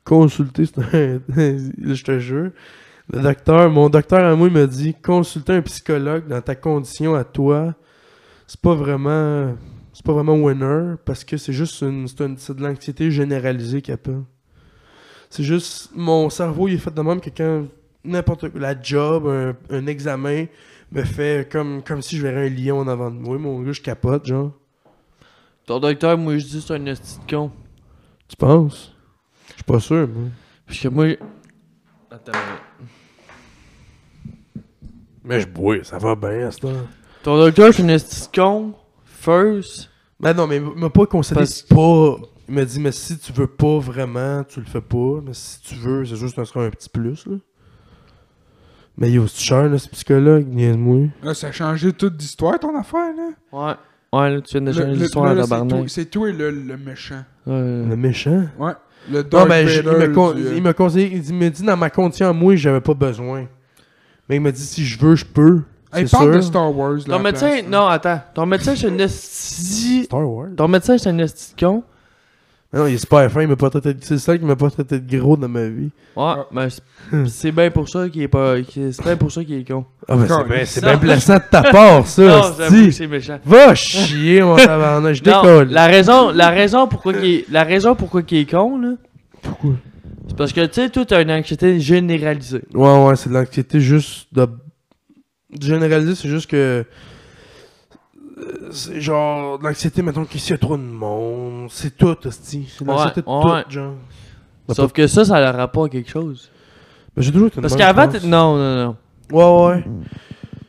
A: consulter, c'est un. je te jure. Le docteur, mon docteur à moi, il me dit consulter un psychologue dans ta condition à toi, c'est pas vraiment. C'est pas vraiment winner parce que c'est juste une. C'est une- c'est de l'anxiété généralisée qu'il appelle. C'est juste. Mon cerveau, il est fait de même que quand n'importe quoi, la job, un, un examen, me fait comme, comme si je verrais un lion en avant de moi. Mon gars, je capote, genre.
B: Ton docteur, moi, je dis, c'est un esti de con.
A: Tu penses? Je suis pas sûr, moi.
B: Parce que moi. Attends. une minute.
A: Mais je bois, ça va bien à ce temps.
B: Ton docteur, c'est un esti de con. First.
A: Ben non, mais il m'a pas conseillé
B: Parce-
A: pas. Il m'a dit, mais si tu veux pas vraiment, tu le fais pas. Mais si tu veux, c'est juste que ça sera un petit plus, là. Mais yo, c'est cher, là, ce psychologue, niaise-moi.
C: Là, ça a changé toute l'histoire, ton affaire, là.
B: Ouais. Ouais, là, tu viens de
C: Le-
B: changer
C: le-
B: l'histoire
C: là,
B: à
C: là,
B: tabarnak.
C: C'est toi, le, le méchant.
A: Le
B: Ouais.
A: méchant.
C: Ouais. Le
A: Non,
C: Dark
A: ben, je-
C: Vader
A: il m'a con-
C: du, euh,
A: il m'a conseillé, il dit- il m'a dit, dans ma condition à moi, j'avais pas besoin. Mais il m'a dit, si je veux, je peux.
C: Hey,
A: C'est
C: parle
A: sûr.
C: de Star Wars, là.
B: Ton
C: à
B: médecin.
C: place, là.
B: Non, attends. Ton médecin, c'est un esti.
A: Star Wars.
B: Ton médecin, c'est un esti de con.
A: Mais non, il est super fin, il m'a pas traité de- C'est le seul qui m'a pas traité de gros dans ma vie.
B: Ouais, mais c'est- c'est bien pour ça qu'il est pas. qu'il- C'est bien pour ça qu'il est con.
A: Ah, ben, c'est
C: Encore.
A: bien- c'est
B: Non.
A: bien blessant de ta part, ça.
B: Non, j'avoue,
A: hostie.
B: c'est méchant.
A: Va chier, mon tabarnak, je
B: Non,
A: décolle.
B: la raison, la raison pourquoi qu'il est, la raison pourquoi qu'il est con là,
A: Pourquoi?
B: c'est parce que tu sais, toi t'as une anxiété généralisée.
A: Ouais, ouais, c'est de l'anxiété juste de... Généraliser, c'est juste que... euh, C'est genre de l'anxiété, mettons, qu'ici, il y a trop de monde. C'est tout, hostie. C'est de
B: Ouais,
A: l'anxiété de
B: ouais.
A: tout, genre.
B: Sauf que ça, ça a le rapport à quelque chose.
A: Ben, j'ai toujours été de
B: Parce
A: même,
B: qu'avant,
A: je pense.
B: t'es- non, non, non.
A: Ouais, ouais.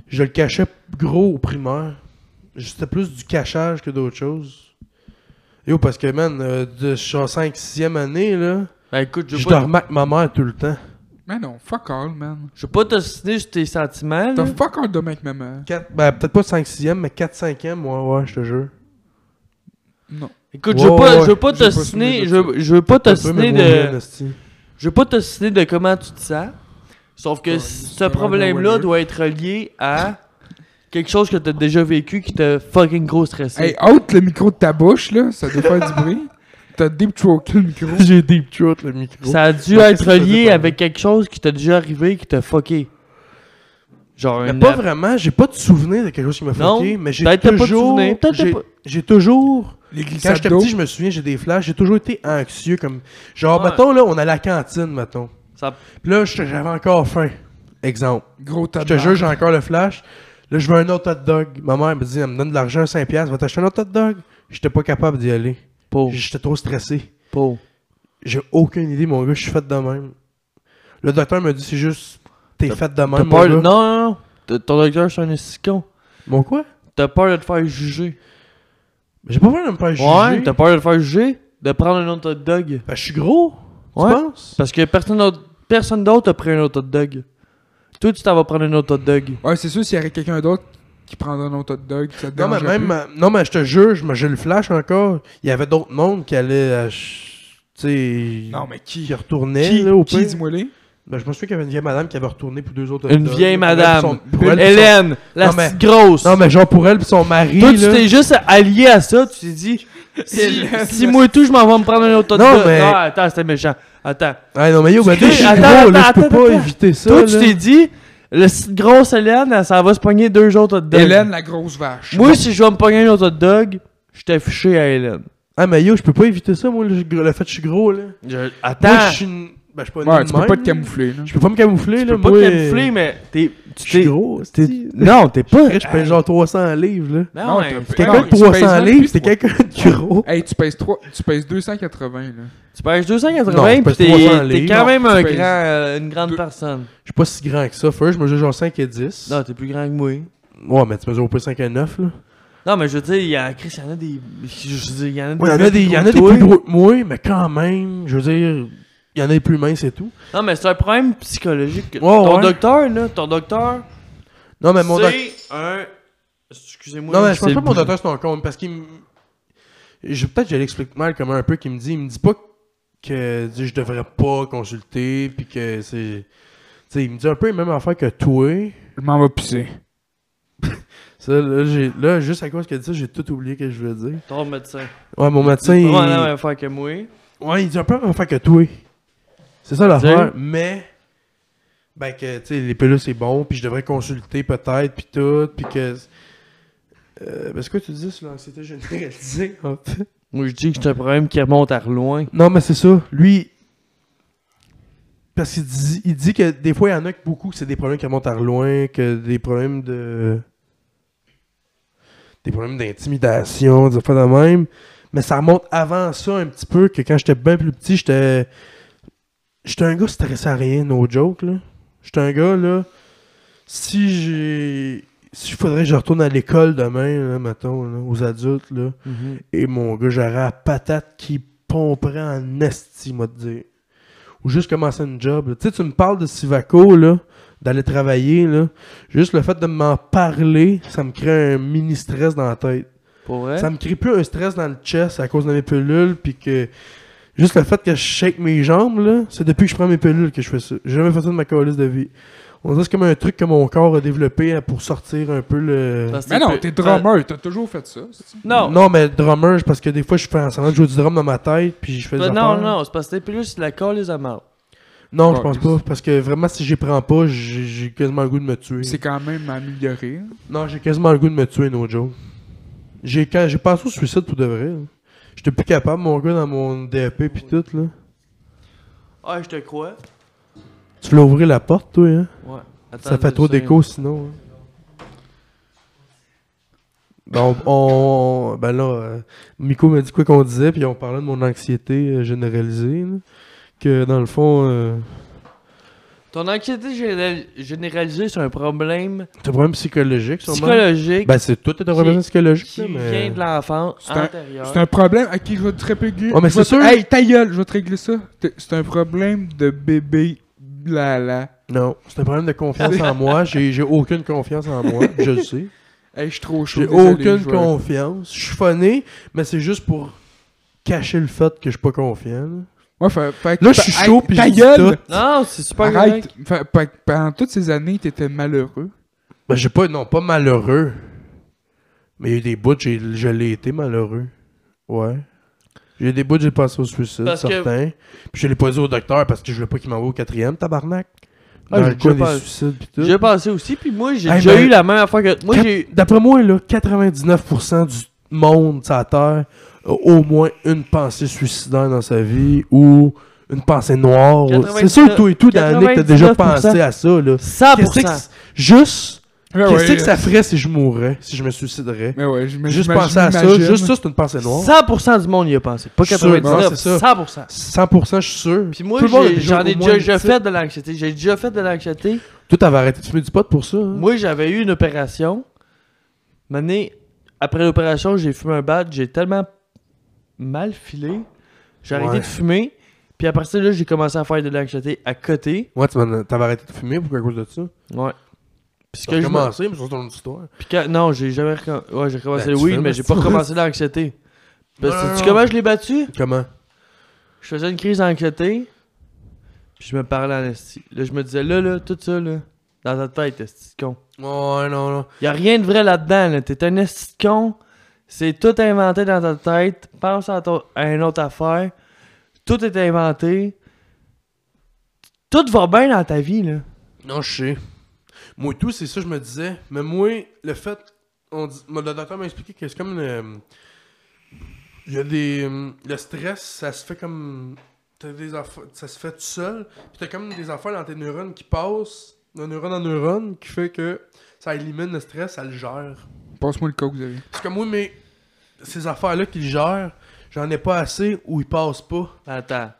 A: Je le cachais gros au primaire. C'était plus du cachage que d'autres choses. Yo, parce que, man, euh, de, je suis en 5-6e année, là.
B: Ben, écoute, je veux
A: Je
B: pas,
A: dormais avec ma mère tout le temps.
C: Mais non, fuck all, man.
B: je veux pas t'ostiner sur tes sentiments. là.
C: T'as fuck all de mec, maman.
A: Quatre- ben, peut-être pas 5-6e, mais 4-5e, ouais, ouais, je te jure.
C: Non.
B: Écoute, je veux
A: Ouais,
B: pas,
A: ouais,
B: je veux pas
C: j'ai pas
B: t'ostiner,
C: soumis
B: je veux, je veux pas t'ostiner de,
A: de.
B: je veux pas t'ostiner de comment tu te sens. Sauf que
C: Ouais,
B: ce
C: c'est un
B: problème-là
C: no-winner.
B: doit être lié à quelque chose que t'as déjà vécu qui t'a fucking gros stressé.
C: Hey, haute le micro de ta bouche, là. Ça doit faire du bruit. T'as deep throaté le micro.
A: J'ai deep throat le micro.
B: Ça a dû
A: Parce que
B: être
A: ça veut dire
B: lié
A: pas
B: avec quelque chose qui t'a déjà arrivé, qui t'a fucké. Genre
A: Mais
B: un
A: pas vraiment, j'ai pas de souvenir de quelque chose qui m'a
B: Non,
A: fucké, mais j'ai
B: peut-être t'as pas de
A: toujours.
B: souvenir, peut-être t'as
A: j'ai-
B: pas-
A: J'ai toujours.
C: Les
A: Quand
C: glissades
A: j'étais
C: d'eau.
A: petit, je me souviens, j'ai des flashs, j'ai toujours été anxieux. comme Genre,
B: Ouais.
A: mettons, là, on a la cantine, mettons.
B: Ça-
A: Puis là, j'étais- j'avais encore faim. Exemple.
C: Gros tas
A: Je te jure, j'ai encore le flash. Là, je veux un autre hot dog. Ma mère me dit, elle me donne de l'argent, 5$, piastres, va t'acheter un autre hot dog. J'étais pas capable d'y aller.
B: Pour,
A: J'étais trop stressé.
B: pour.
A: J'ai aucune idée, mon gars, je suis fait de même. Le docteur me dit, c'est juste, t'es fait de
B: T'as
A: même.
B: peur de... Non,
A: mon, gars.
B: non, non. T- Ton docteur, c'est un escon.
A: mon quoi?
B: T'as peur de te faire juger.
A: J'ai pas peur de me faire juger.
B: Ouais, t'as peur de te faire juger, de prendre un autre hot dog.
A: Ben, je suis gros,
B: Ouais.
A: tu penses?
B: Parce que personne d'autre, personne d'autre a pris un autre hot dog. Toi, tu t'en vas prendre un autre hot dog.
C: Ouais, c'est sûr, s'il y aurait quelqu'un d'autre qui prendrait un autre hot dog, ça te
A: Non, mais
C: dérangerait
A: même, euh, non, mais je te jure, je me- j'ai le flash encore. Il y avait d'autres mondes qui allaient, euh, ch- sais,
C: Non, mais qui
A: qui retournait,
C: Qui,
A: là, au
C: qui
A: pire.
C: dis-moi les
A: Ben, je me souviens qu'il y avait une vieille madame qui avait retourné pour deux autres.
B: Une
A: autochtones,
B: vieille
A: pour elle
B: madame.
A: puis son- pour elle puis son-
B: Hélène, la
A: Non, mais-
B: petite grosse.
A: Non, mais genre pour elle puis son mari.
B: Toi, tu
A: là.
B: t'es juste allié à ça, tu t'es dit, si,
C: Hélène,
B: si
C: la-
B: moi et tout, je m'en vais me prendre un autre
A: Non,
B: autographe.
A: mais-
B: Non, attends, c'était méchant. Attends.
A: Ah non, mais yo, ben, toi, je suis
B: Attends,
A: gros, là, je
B: attends,
A: peux pas
B: attends.
A: éviter ça.
B: Toi, tu
A: là.
B: t'es dit, la petite grosse Hélène, elle, ça va se pogner deux autres hot dogs.
C: Hélène, la grosse vache.
B: Moi, si je vais me pogner un autre hot dog, je t'ai affiché à Hélène.
A: Ah, mais yo, je peux pas éviter ça, moi, le, le fait que je suis gros, là.
B: Je-
A: Moi,
B: Attends,
A: je suis une. Ben, je suis pas une.
C: Ouais, tu
A: même,
C: peux pas te
A: là.
C: camoufler, là.
A: Je peux pas me camoufler,
B: tu
A: là.
B: peux pas
A: moi,
B: te camoufler, mais t'es-
A: Je
B: tu
A: suis
B: t'es...
A: gros, c'est.
B: Non, t'es pas...
A: Je pèse genre 300 livres, là.
B: Non, mais-
C: t'as-
A: C'est quelqu'un
C: non,
A: de
C: tu pèses
A: 300
C: même plus
A: livres, c'est
C: trois-
A: quelqu'un de gros.
C: Hey, tu pèses trois- tu pèses 280, là.
B: Tu pèses
A: Non,
B: 280
A: je
B: pis
A: pèse
B: t'es
A: 300
B: t'es
A: livres.
B: quand même un
C: tu pèses
B: grand, euh, une grande
C: deux-
B: personne.
A: Je suis pas si grand que ça. First, je mesure genre 5 et 10.
B: Non, t'es plus grand que moi.
A: Ouais, mais tu mesures au peu 5 et 9, là.
B: Non, mais je veux dire, il y a, Chris, il y en a des. Je veux dire, il y en a des.
A: Ouais, il y en a des, il y en a des
B: gros que
A: plus
B: toi.
A: gros que moi, mais quand même, je veux dire, il y en a des plus minces et tout.
B: Non, mais c'est un problème psychologique. que-
A: Ouais,
B: ton
A: ouais.
B: docteur, là, ton docteur.
A: Non, mais mon doc-
B: C'est un. Excusez-moi.
A: Non,
B: là,
A: mais je pense
B: c'est
A: pas
B: le
A: que mon
B: bout.
A: docteur c'est un con, parce qu'il me. Je- Peut-être que je l'explique mal comment un peu qu'il me dit. Il me dit pas que tu sais, je devrais pas consulter, puis que c'est. Tu sais, il me dit un peu la même affaire que toi.
C: Je m'en vais pisser.
A: Ça, là, j'ai- là, juste à cause qu'il a dit ça, j'ai tout oublié que je voulais dire.
B: Ton médecin.
A: Ouais, mon médecin.
B: C'est
A: il-
B: vraiment la même affaire que moi.
A: Ouais, il dit un peu la même affaire que toi. C'est ça l'affaire. Mais. Ben, que, tu sais, les pelus, c'est bon, puis je devrais consulter peut-être, puis tout, puis que. Euh, ben, c'est quoi que tu dis sur l'anxiété généralisée, en fait?
B: Moi, je dis que c'est un problème qui remonte à loin.
A: Non, mais c'est ça. Lui. Parce qu'il dit, il dit que des fois, il y en a que beaucoup, c'est des problèmes qui remontent à loin, que des problèmes de. Des problèmes d'intimidation, des affaires de même. Mais ça remonte avant ça un petit peu, que quand j'étais bien plus petit, j'étais. J'étais un gars stressé à rien, no joke, là. J'étais un gars, là. Si j'ai. Si faudrait que je retourne à l'école demain, là, mettons, là, aux adultes, là. Et mon gars, j'aurais la patate qui pomperait en esti, moi, te dire. Ou juste commencer une job. là. Tu sais, tu me parles de Sivaco, là, d'aller travailler, là. Juste le fait de m'en parler, ça me crée un mini stress dans la tête.
B: Pour vrai?
A: Ça me crée plus un stress dans le chest à cause de mes pilules, puis que. Juste le fait que je shake mes jambes, là, c'est depuis que je prends mes pilules que je fais ça. J'ai jamais fait ça de ma calice de vie. On dirait que c'est comme un truc que mon corps a développé hein, pour sortir un peu le.
B: Parce que
C: Mais non,
B: c'est-
C: t'es drummer, t'as toujours fait ça. c'est-tu?
B: Non.
A: Non, mais drummer, parce que des fois, je fais en semblant de jouer du drum dans ma tête, puis je fais des
B: Ben Non,
A: affaires.
B: non, non, c'est parce que t'es plus la colle les amarres.
A: Non, je pense
C: Calisse.
A: pas, parce que vraiment, si j'y prends pas, j'ai j'ai quasiment le goût de me tuer.
C: C'est quand même amélioré. hein.
A: Non, j'ai quasiment le goût de me tuer, no joke. J'ai quand- j'ai pensé au suicide pour de vrai. là. J'étais plus capable, mon gars, dans mon DAP puis tout, là.
B: Ah, je te crois.
A: Tu voulais ouvrir la porte, toi, hein?
B: Ouais. Attends,
A: Ça fait
B: deux
A: trop
B: secondes.
A: d'écho, sinon. hein. Ben, on, on- ben là, euh, Miko m'a dit quoi qu'on disait, puis on parlait de mon anxiété euh, généralisée, là. Que, dans le fond... euh,
B: Ton anxiété général- généralisée, c'est un problème
A: C'est un problème psychologique, sûrement.
B: psychologique
A: Ben, c'est tout un problème psychologique,
B: qui
A: là, mais...
B: vient de l'enfance
C: C'est un-
B: antérieure.
C: C'est un problème à qui je vais te régler.
A: Oh, mais
C: je vais
A: c'est sûr-
C: te- Hey, ta gueule, je vais te régler ça. T'es- C'est un problème de bébé blala.
A: Non, c'est un problème de confiance en moi. J'ai j'ai aucune confiance en moi, je le sais.
C: Hey, je suis trop chaud.
A: J'ai
C: désolé,
A: aucune
C: je vais-
A: confiance. Je suis phoné, mais c'est juste pour cacher le fait que je suis pas confiant. là.
C: Ouais, fait, fait que-
A: Là, je suis
C: Hey,
A: chaud, puis
C: ta
A: je dis
C: gueule.
B: Non, c'est super
C: Arrête.
B: correct.
C: Fait- fait que pendant toutes ces années, t'étais malheureux.
A: Ben, j'ai pas... Non, pas malheureux. Mais il y a eu des bouts, j'ai- je l'ai été malheureux. Ouais. J'ai eu des bouts, j'ai passé au suicide,
B: Parce que-
A: certains. Puis je l'ai pas dit au docteur parce que je voulais pas qu'il m'envoie au quatrième, tabarnak.
B: Ah,
A: Dans
B: j'ai
A: le cas
B: déjà pas-
A: des suicides, pis tout.
B: J'ai passé aussi, puis moi, j'ai
A: Hey,
B: déjà
A: mais-
B: eu la même affaire que. Moi,
A: Quatre-
B: j'ai.
A: D'après moi, là, 99% du monde sur la Terre a au moins une pensée suicidaire dans sa vie ou une pensée noire.
B: 99
A: C'est sûr que toi et tout, Danick, t'as déjà
B: 99%
A: pensé à ça. Là. Qu'est-ce que
B: 100%.
A: c'est- juste,
C: Ouais,
A: qu'est-ce
C: ouais,
A: que ça ferait si je mourais, si je me suiciderais?
C: Mais ouais, je me-
A: Juste
C: j'imagine-
A: penser à ça,
C: j'imagine.
A: juste ça, c'est une pensée noire.
B: 100% du monde y a pensé. Pas
A: Sûr,
B: 99,
A: non, c'est ça.
B: 100%.
A: 100% je suis sûr.
B: Puis moi,
A: Tout le monde a
B: j'ai-
A: déjà
B: j'en ai,
A: au moins
B: déjà,
A: une
B: déjà
A: petite-
B: fait de l'anxiété. J'ai déjà fait de l'anxiété.
A: Toi, t'avais arrêté de fumer du pot pour ça. hein?
B: Moi, j'avais eu une opération. Mané, après l'opération, j'ai fumé un bad. J'ai tellement mal filé. J'ai arrêté
A: Ouais.
B: de fumer. Puis à partir de là, j'ai commencé à faire de l'anxiété à côté.
A: Ouais, tu m'en- t'avais arrêté de fumer pour à cause de ça.
B: Ouais. Puis ce
A: T'as
B: que je me-
A: commencé, mais c'est ton histoire.
B: Puis quand- non, j'ai jamais recom- Ouais, j'ai recommencé
A: Ben,
B: le
A: tu
B: weed,
A: fumes,
B: mais j'ai
A: c'est
B: pas
A: ça.
B: recommencé l'anxiété. Parce que
A: Non,
B: tu
A: non.
B: comment je l'ai battu?
A: Comment?
B: Je Je faisais une crise d'anxiété. Puis je me parlais en esti. Là, je me disais, là, là, tout ça, là, dans ta tête, esti de con.
A: Ouais, non, non.
B: Y a rien de vrai là-dedans, là. T'es un esti de con. C'est tout inventé dans ta tête. Pense à, ton- à une autre affaire. Tout est inventé. Tout va bien dans ta vie, là.
A: Non, je sais. Moi, tout, c'est ça, je me disais. Mais moi, le fait. On dit, moi, le docteur m'a expliqué que c'est comme. une- Il y a des. euh, Le stress, ça se fait comme. T'as des affaires. Ça se fait tout seul. Puis t'as comme des affaires dans tes neurones qui passent de neurone en neurone qui fait que ça élimine le stress, ça le gère.
C: Passe-moi le coke, Xavier.
A: Parce que moi, mais. Ces affaires-là qu'il gère, j'en ai pas assez ou ils passent pas.
B: Attends.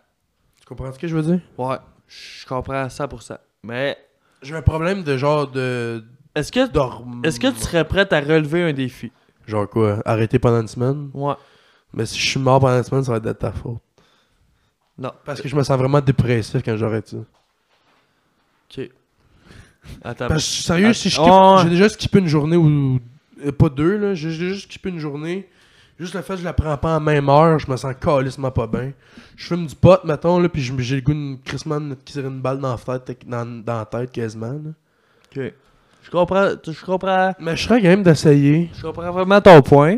A: Tu comprends ce que je veux dire?
B: Ouais, je comprends à 100%. Mais
A: J'ai un problème de genre de.
B: est-ce que,
A: Dormir.
B: est-ce que tu serais prête à relever un défi?
A: Genre quoi? Arrêter pendant une semaine?
B: Ouais.
A: Mais si je suis mort pendant une semaine, ça va être de ta faute.
B: Non.
A: Parce que je me sens vraiment dépressif quand j'arrête ça.
B: Ok. Attends.
A: Parce que je suis sérieux, si je
B: Ah,
A: skippe-
B: ouais.
A: j'ai déjà skippé une journée ou. euh, Pas deux, là. J'ai j'ai juste skippé une journée. Juste le fait que je la prends pas en même heure, je me sens calissement pas bien. Je fume du pot, mettons, là, puis je- j'ai le goût d'une Chrisman qui tire une balle dans la tête, dans, dans la tête quasiment. là.
B: Ok. Je comprends, je comprends,
A: Mais je serais quand même d'essayer.
B: je comprends vraiment ton point.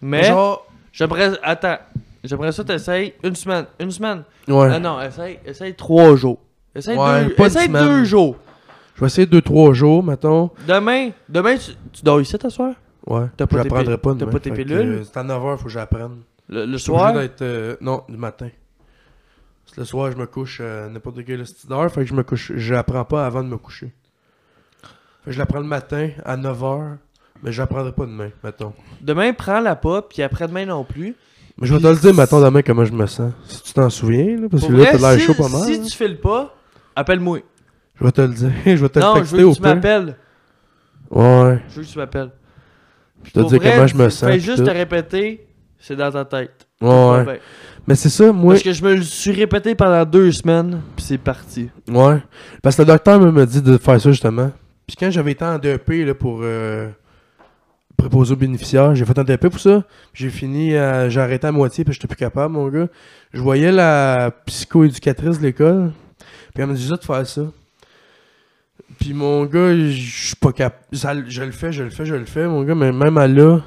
B: Mais
A: Genre.
B: j'aimerais, attends, j'aimerais ça t'essayes une semaine, une semaine.
A: Ouais.
B: Ah non, essaye, essaye trois jours. Essaye,
A: Ouais,
B: deux,
A: pas une
B: essaye
A: semaine.
B: deux jours.
A: Je vais essayer deux, trois jours, mettons.
B: Demain, demain tu, tu dors ici ta soir?
A: Ouais.
B: T'as pas
A: Je
B: tes
A: l'apprendrai
B: pi-
A: pas
B: t'as
A: demain,
B: pas tes
A: fait que,
B: pilules?
A: euh, C'est à 9h, faut que j'apprenne.
B: Le, le
A: Je suis obligé
B: soir?
A: d'être, euh, non, le matin. Parce que le soir, je me couche euh, n'importe quelle petite heure, fait que je me couche, je l'apprends pas avant de me coucher. Fait que je l'apprends le matin à 9h, mais je l'apprendrai pas demain, mettons.
B: Demain, prends la pas, puis après-demain non plus.
A: Mais je vais te le dire, mettons, demain, comment je me sens. Si tu t'en souviens, là, parce
B: Pour
A: que là,
B: vrai,
A: t'as l'air
B: si-
A: chaud pas mal.
B: Si
A: hein.
B: tu files pas, appelle-moi.
A: Je vais te le dire, je vais te
B: Non,
A: le
B: je
A: texter
B: veux
A: au
B: que tu
A: pire.
B: m'appelles.
A: Ouais,
B: Je veux que tu m'appelles. Puis
A: Je te
B: pour
A: dis
B: vrai,
A: comment je me
B: tu
A: sens,
B: Fais
A: puis
B: juste
A: tout.
B: te répéter, c'est dans ta tête.
A: ouais, ouais.
B: Ben,
A: Mais c'est ça, moi,
B: Parce que je me le suis répété pendant deux semaines, puis c'est parti.
A: Ouais. Parce que le docteur me m'a dit de faire ça justement. Puis quand j'avais été en DEP là, pour euh, préposer aux bénéficiaires, j'ai fait un DEP pour ça. J'ai fini, à- j'ai arrêté à moitié parce que j'étais plus capable, mon gars. Je voyais la psychoéducatrice de l'école. Puis elle m'a dit juste de faire ça. Puis mon gars, je suis pas capable. Je le fais, je le fais, je le fais, mon gars, mais même à là.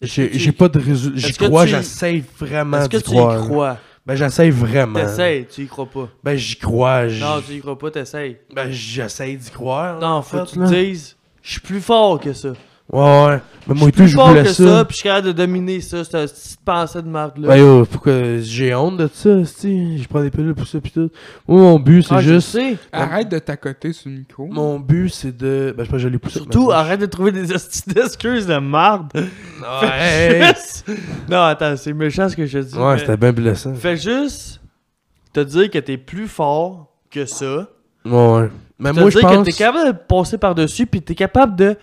A: J'ai
B: que tu-
A: j'ai pas de résultat. J'y
B: est-ce que
A: crois,
B: tu-
A: j'essaye vraiment
B: Est-ce que
A: d'y
B: tu
A: croire.
B: y crois?
A: Ben, j'essaye vraiment.
B: T'essayes, tu y crois pas.
A: Ben, j'y crois. j-
B: Non, tu y crois pas, t'essayes.
A: ben, j'essaie d'y croire.
B: Non,
A: en
B: faut que
A: fait,
B: tu
A: là.
B: te dises, je suis plus fort que ça.
A: Ouais, ouais. Mais
B: Je
A: moi,
B: suis
A: et tout,
B: plus
A: je
B: fort
A: voulais
B: que
A: ça.
B: ça, puis je suis capable de dominer ça, cette petite pensée de merde-là.
A: Ben, yo, pourquoi j'ai honte de ça, si Je prends des pilules pour ça, pis tout. Moi, mon but, c'est
B: Ah, je
A: juste.
B: sais.
C: Arrête de t'accoter sur le micro.
A: Mon but, c'est de. Ben, je pense que je l'ai poussé.
B: Surtout, arrête de trouver des hosties d'excuses de merde. Fais
A: Ouais,
B: juste- Non, attends, c'est méchant ce que je dis.
A: ouais
B: mais
A: c'était bien blessant.
B: Fais juste te dire que t'es plus fort que ça.
A: Ouais, ouais. Mais
B: Te
A: Ben, moi, je
B: dire que
A: pense.
B: t'es capable de passer par-dessus, puis t'es capable de.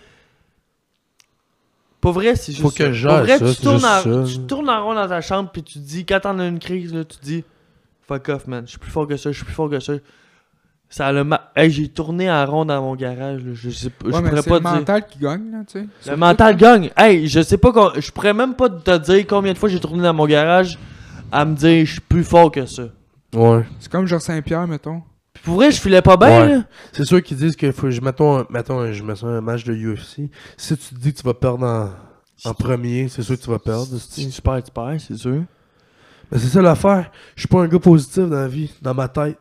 B: Pas vrai, c'est juste.
A: Faut que
B: ça.
A: je
B: Pour
A: gère
B: vrai,
A: ça,
B: tu,
A: c'est
B: tournes
A: juste
B: en...
A: ça.
B: tu tournes en rond dans ta chambre, puis tu te dis, quand t'en as une crise, là, tu te dis, fuck off, man, je suis plus fort que ça, je suis plus fort que ça. Ça a le ma... Hey, j'ai tourné en rond dans mon garage, là, je sais pas,
C: Ouais,
B: je
C: mais
B: pourrais
C: c'est
B: pas
C: le
B: te dire.
C: mental qui gagne, là, tu sais.
B: Le mental gagne. Hey, je sais pas, com- je pourrais même pas te dire combien de fois j'ai tourné dans mon garage à me dire, je suis plus fort que ça.
A: Ouais.
C: C'est comme genre Saint-Pierre, mettons.
B: Puis pour vrai, je filais pas bien,
A: Ouais.
B: là.
A: C'est sûr qu'ils disent que faut. je- Mettons, un- mettons, je me sens un match de UFC. Si tu te dis que tu vas perdre en, en premier, c'est sûr que tu vas perdre,
B: Si
A: esti.
B: tu perds, tu perds, c'est sûr.
A: Mais Ben, c'est ça l'affaire. Je suis pas un gars positif dans la vie, dans ma tête.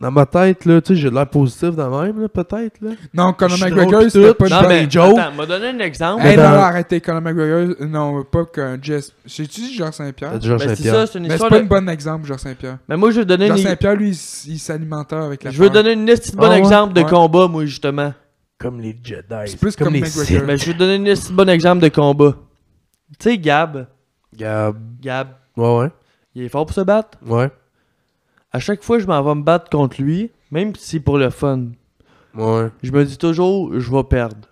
A: Dans ma tête, là, tu sais, j'ai l'air positif dans la même, là, peut-être, là.
C: Non,
A: Je
C: Conor
A: suis
C: McGregor,
A: drôle pis
C: c'était
A: tout.
C: pas une
A: Non,
C: bonne-
A: mais- Joe.
B: attends, m'a donné un exemple.
A: Mais
C: Hey, non,
A: dans-
C: non, arrêtez, Conor McGregor. Non, pas que Jess. J'ai-tu Georges Saint-Pierre?
A: T'as dit Georges
B: Ben, c'est ça,
A: Saint-Pierre.
B: c'est une
C: Mais c'est
B: histoire
C: pas
B: de-
C: un bon exemple, Georges Saint-Pierre.
B: Mais moi, je veux donner, une...
C: Georges Saint-Pierre, lui, il, s- il s'alimentait avec la
B: je veux
C: peur.
B: donner une petite bon
A: Ah ouais?
B: exemple de
C: Ouais.
B: combat, moi, justement.
A: Comme les Jedi.
C: C'est plus comme
A: les
C: McGregor.
A: Sith.
B: Mais je veux donner une petite bon exemple de combat. Tu sais, Gab,
A: Gab.
B: Gab,
A: Ouais, ouais.
B: il est fort pour se battre.
A: Ouais.
B: À chaque fois, je m'en vais me battre contre lui, même si c'est pour le fun.
A: Ouais.
B: Je me dis toujours, je vais perdre.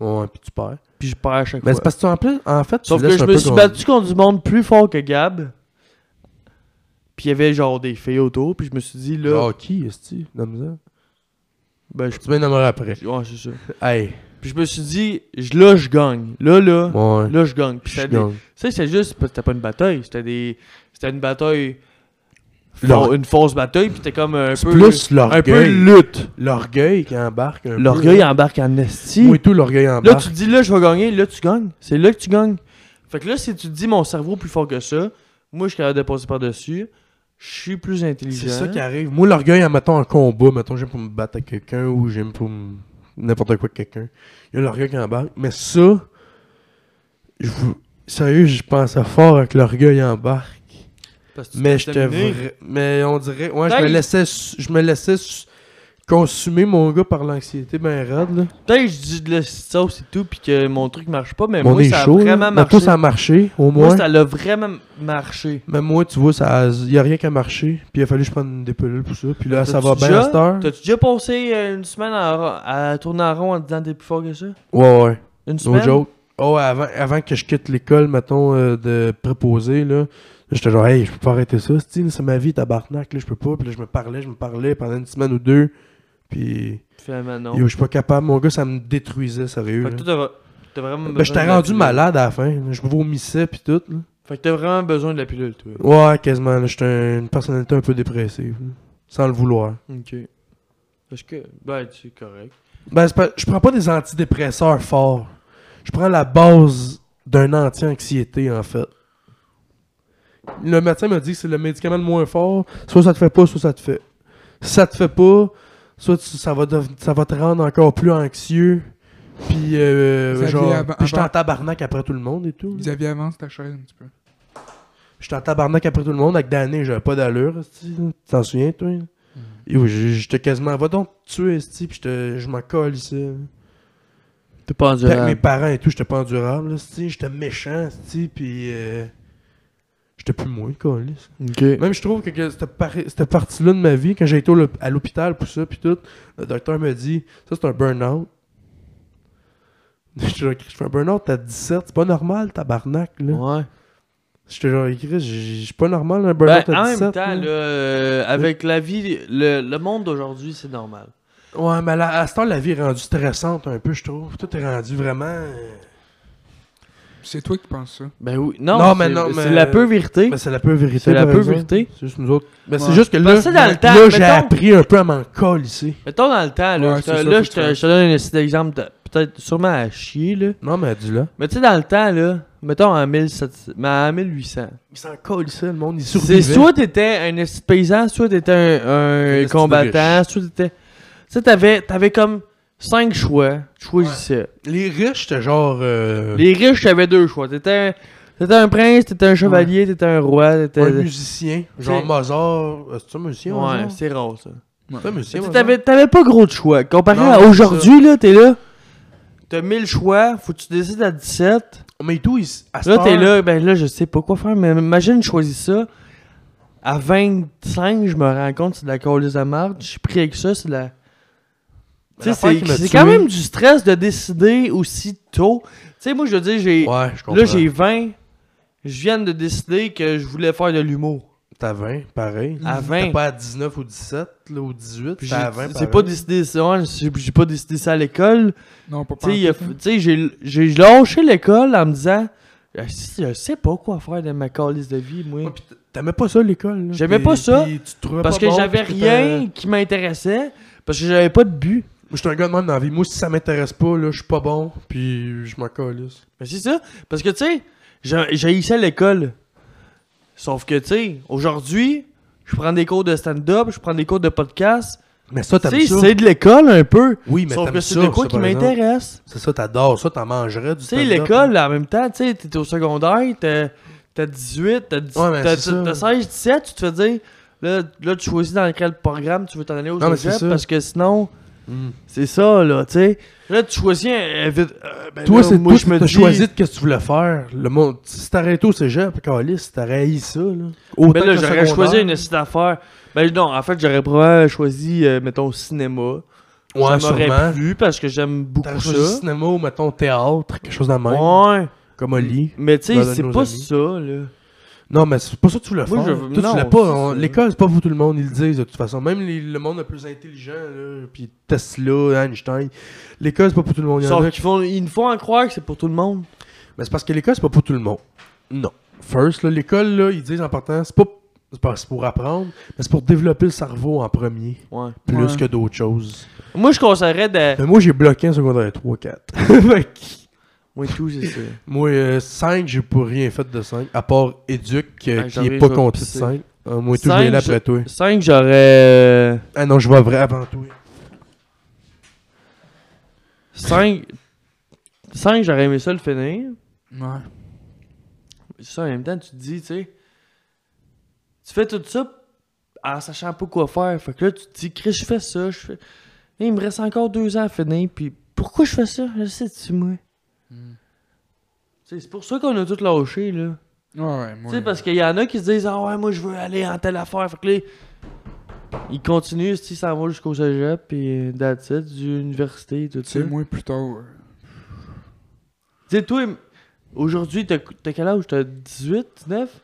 A: Ouais, pis tu perds.
B: Puis je perds à chaque
A: Mais Ben, c'est
B: fois.
A: parce que tu en plus, en fait, tu
B: Sauf que
A: laisses
B: je
A: un
B: me
A: peu
B: suis
A: gagner.
B: battu contre du monde plus fort que Gab. Puis il y avait genre des filles autour, puis je me suis dit, là,
A: Ah, Genre, qui, est-ce que tu
B: ben je...
A: Tu m'en nommeras après.
B: Ouais, c'est ça.
A: Hey.
B: Puis je me suis dit, je- là, je gagne. Là, là,
A: Ouais.
B: là, je gagne. Puis
A: Je
B: c'était des-
A: gagne.
B: ça, c'était juste, c'était pas une bataille, c'était des. C'était une bataille.
A: L'or-
B: fa- Une fausse bataille, puis c'était comme un
A: C'est
B: peu.
A: plus
B: un peu
A: l'orgueil.
B: lutte.
A: L'orgueil qui embarque. un peu,
B: L'orgueil
A: là.
B: embarque en esti.
A: Moi et tout, l'orgueil
B: Là,
A: embarque.
B: tu te dis, là, je vais gagner, là, tu gagnes. C'est là que tu gagnes. Fait que là, si tu te dis, mon cerveau est plus fort que ça, moi, je suis capable de passer par-dessus, je suis plus intelligent.
A: C'est ça qui arrive. Moi, l'orgueil, en mettant un combat, mettons, j'aime pour me battre avec quelqu'un ou j'aime pour me- n'importe quoi avec quelqu'un. Il y a l'orgueil qui embarque. Mais ça, je vous- sérieux, je pensais fort avec l'orgueil embarque.
B: Parce que tu
A: Mais
B: t'es
A: je
B: terminé.
A: Mais on dirait. Ouais, je
B: Peut-être-
A: me laissais, su- je me laissais su- consumer mon gars par l'anxiété ben raide. Là.
B: Peut-être que je dis de la sauce et tout, puis que mon truc marche pas, mais
A: Bon, on
B: moi,
A: est
B: ça a
A: chaud. là.
B: vraiment
A: Mais
B: marché.
A: toi, ça a marché, au moins.
B: Moi, ça l'a vraiment marché.
A: Même moi, tu vois, ça n'y a rien qu'à marcher. Puis il a fallu que je prenne des pilules pour ça. Puis là, ça
B: T'as-tu
A: va bien
B: déjà-
A: à cette heure.
B: T'as-tu déjà passé euh, une semaine à, à tourner en rond en disant t'es plus fort que ça?
A: Ouais, ouais.
B: Une
A: No
B: semaine?
A: joke. Oh, avant, avant que je quitte l'école, mettons, euh, de préposer, là, là, j'étais genre, hey, je peux pas arrêter ça, c'ti, c'est ma vie, tabarnak, là, je peux pas. Puis là, je me parlais, je me parlais pendant une semaine ou deux. Puis,
B: Finalement, non.
A: yo, je suis pas capable, mon gars, ça me détruisait, sérieux.
B: Fait que
A: là.
B: toi, t'as- t'as vraiment
A: Ben,
B: besoin
A: j'étais
B: de la
A: rendu
B: pilule.
A: malade à la fin, là. je me vomissais, puis tout. là.
B: Fait que t'as vraiment besoin de la pilule, toi.
A: Ouais, quasiment, là, j'étais un- une personnalité un peu dépressive, là, sans le vouloir.
B: Ok. Parce que, ben, c'est correct.
A: Ben, c'est pas- je prends pas des antidépresseurs forts. Je prends la base d'un anti-anxiété, en fait. Le médecin m'a dit que c'est le médicament le moins fort. Soit ça te fait pas, soit ça te fait. Si ça te fait pas, soit tu- ça, va dev- ça va te rendre encore plus anxieux. Puis, euh,
C: Xavier,
A: genre,
C: avant-
A: puis j'étais en
C: avant-
A: tabarnak après tout le monde et tout. là.
C: Xavier, avance ta chaise un petit peu.
A: J'étais en tabarnak après tout le monde. Avec Danny, j'avais pas d'allure. esti, là. Tu t'en souviens, toi?
C: Mm.
A: Yo, j- J'étais quasiment. Va donc te tuer, esti, puis j'étais- je m'en colle ici.
B: T'es pas
A: Puis Avec mes parents et tout, j'étais pas endurable, là, c'ti. j'étais méchant, c'ti, pis euh, j'étais plus moi, câlisse.
B: Ok.
A: Même je trouve que, que cette, par- cette partie-là de ma vie, quand j'ai été au- à l'hôpital pour ça, puis tout, le docteur m'a dit, ça c'est un burn-out. J'étais genre, Chris, je fais un burn-out à 17, c'est pas normal, tabarnak, là.
B: Ouais.
A: J'étais genre, Chris, j'ai- je suis pas normal, un
B: Ben,
A: burn-out à
B: en
A: 17.
B: même temps,
A: là.
B: là, euh, avec la vie, le, le monde d'aujourd'hui, c'est normal.
A: Ouais, mais à la- à ce temps, la vie est rendue stressante un peu, je trouve. Tout est rendu vraiment... euh,
C: C'est toi qui penses ça.
B: Ben oui. Non,
A: Non,
B: mais
A: mais non,
B: c'est
A: mais-
B: la peu vérité.
A: Mais c'est la peu vérité,
B: C'est la
A: par
B: peu
A: exemple.
B: vérité.
A: C'est juste nous autres. Mais
C: Ouais.
A: c'est juste que là,
B: Parce que dans le temps,
A: là j'ai
B: mettons-
A: appris un peu à m'en coller ici.
B: Mettons dans le temps, là,
C: Ouais,
B: je te,
C: c'est
B: là,
C: ça, faut
B: je
C: que
B: te-
C: tu
B: je te donne un petit exemple, de- peut-être sûrement à chier, là.
A: Non, mais dis-le.
B: Mais tu sais, dans le temps, là, mettons en 1700, mais en 1800.
A: Il s'en colle ici, le monde, il survivait.
B: C'est soit t'étais un esti de paysan, soit t'étais un, un
A: esti de
B: combattant, soit t'étais. Tu sais, t'avais, t'avais comme cinq choix. Tu choisissais.
A: Les riches, c'était genre... euh,
B: Les riches, t'avais deux choix. T'étais un, t'étais un prince, t'étais un chevalier, t'étais un roi, t'étais.
A: Un musicien, genre
B: C'est-
A: Mozart. Euh, C'est un musicien,
B: Ouais,
A: Mozart?
B: c'est rare ça.
A: C'est un musicien,
B: Tu sais,
A: Mozart?
B: T'avais, t'avais pas gros de choix. Comparé
A: Non,
B: à
A: c'est
B: aujourd'hui, là, t'es là. T'as 1000 choix, faut que tu décides à 17.
A: Mais tout, il... s- à cette
B: Là, t'es
A: heure-
B: là, ben là, je sais pas quoi faire, mais imagine, je choisis ça. À 25, je me rends compte, c'est de la calice de marde. Je suis pris avec ça, c'est de la. Tu sais,
A: L'affaire
B: c'est
A: qui m'a
B: c'est
A: tué-
B: quand même du stress de décider aussi tôt. Tu sais, moi, je veux dire, j'ai.
A: Ouais, je comprends.
B: là, j'ai 20. Je viens de décider que je voulais faire de l'humour.
A: T'as 20, pareil.
B: À
A: T'es
B: 20.
A: pas à 19 ou 17, là, ou 18.
B: Puis
A: T'es à
B: j'ai-
A: 20,
B: J'ai
A: pareil.
B: pas décidé ça. ouais, j'ai j'ai pas décidé ça à l'école.
C: Non, pas
B: Tu sais,
C: partout,
B: il a-
C: hein.
B: tu sais, j'ai j'ai lâché l'école en me disant. Je sais- je sais pas quoi faire de ma calice de vie, moi.
A: Ouais, puis t- T'aimais pas ça, l'école. là.
B: J'aimais
A: Puis-
B: pas ça,
A: puis tu te trouvais
B: Parce
A: pas
B: que
A: bon,
B: j'avais
A: puis t'étais-
B: rien qui m'intéressait, parce que j'avais pas de but.
A: Moi, j'étais un gars de même dans la vie. Moi, si ça m'intéresse pas, là, je suis pas bon, puis je m'en calisse.
B: Mais c'est ça. Parce que, tu sais, j'a- j'haïssais l'école. Sauf que, tu sais, aujourd'hui, je prends des cours de stand-up, je prends des cours de podcast.
A: Mais ça,
B: Tu
A: t'aimes
B: sais,
A: ça.
B: c'est de l'école un peu.
A: Oui, mais
B: Sauf que
A: t'aimes
B: c'est
A: ça.
B: de quoi
A: ça,
B: qui
A: par exemple.
B: m'intéresse.
A: C'est ça, t'adores ça, t'en mangerais du
B: Tu sais,
A: stand-up,
B: l'école, en même temps, tu sais, t'es au secondaire, t'as t'as 18, t'as dix-
A: Ouais, mais
B: t'as-
A: c'est ça.
B: t'as 16, 17, tu te fais dire, là, là, tu choisis dans quel programme tu veux t'en aller au
A: Non, mais c'est
B: cégep,
A: ça.
B: parce que sinon...
A: là. Mm.
B: C'est ça, là, tu sais. Là, tu choisis un. un vite- euh, ben
A: Toi,
B: là,
A: c'est
B: moi,
A: toi,
B: je me
A: t'as
B: dis-
A: choisi de qu'est-ce que tu voulais faire. Le monde, si t'arrêtais au cégep, calice, t'aurais haï ça, là. Autant
B: Ben là,
A: que le
B: j'aurais
A: secondaire.
B: choisi une petite affaire. Ben non, en fait, j'aurais probablement choisi, euh, mettons, cinéma.
A: Ouais,
B: ça m'aurait
A: sûrement.
B: plu parce que j'aime
A: T'aurais
B: beaucoup
A: choisi
B: ça.
A: cinéma ou, mettons, théâtre, quelque chose de même.
B: Ouais.
A: Comme Oli.
B: Mais tu sais,
A: Ben, de
B: c'est
A: nos
B: pas
A: amis.
B: ça, là.
A: Non, mais c'est pas ça que tu voulais
B: Moi,
A: faire.
B: je veux-
A: Toi, tu
B: non,
A: voulais pas.
B: c'est
A: on-
B: ça.
A: L'école, c'est pas pour tout le monde, ils le disent de toute façon. Même les- le monde le plus intelligent, là, puis Tesla, Einstein, l'école, c'est pas pour tout le monde. Il y en a
B: Sauf qu'ils font, ils nous font en croire que c'est pour tout le monde.
A: Mais c'est parce que l'école, c'est pas pour tout le monde. Non. First, là, l'école, là, ils disent en partant, c'est pas, c'est pas- c'est pour apprendre, mais c'est pour développer le cerveau en premier,
B: Ouais.
A: plus
C: Ouais.
A: que d'autres choses.
B: Moi, je conseillerais de.
A: Mais moi, j'ai bloqué en secondaire 3, 4. Fait que
B: Moi, tout, c'est ça.
A: moi, 5, j'ai pas rien fait de 5, à part éduque, euh,
B: Ah,
A: qui est
B: j'arrive,
A: pas
B: je vais
A: compté de
B: pisser.
A: 5. Euh, moi, tout, je
B: Cinq,
A: vais aller
B: je-
A: après toi.
B: 5, j'aurais.
A: Ah non, je vais vrai avant toi.
B: 5. 5, j'aurais aimé ça le finir.
C: Ouais.
B: Ça, en même temps, tu te dis, tu sais. Tu fais tout ça en sachant pas quoi faire. Fait que là, tu te dis, Chris, je fais ça. Je fais... Il me reste encore deux ans à finir. Puis pourquoi je fais ça Je sais-tu, moi. Hmm. Tu sais, C'est pour ça qu'on a tout lâché, là.
C: Ouais, ouais, moi.
B: Tu sais, parce qu'il y en a qui se disent Ah ouais, moi je veux aller en telle affaire. Fait que là, ils continuent, si ça va jusqu'au cégep, puis that's it, du université, tout
C: Tu
B: ça.
C: sais,
B: Tu
C: moi, plutôt. euh,
B: sais, toi, aujourd'hui, t'as t'as quel âge T'as 18, 19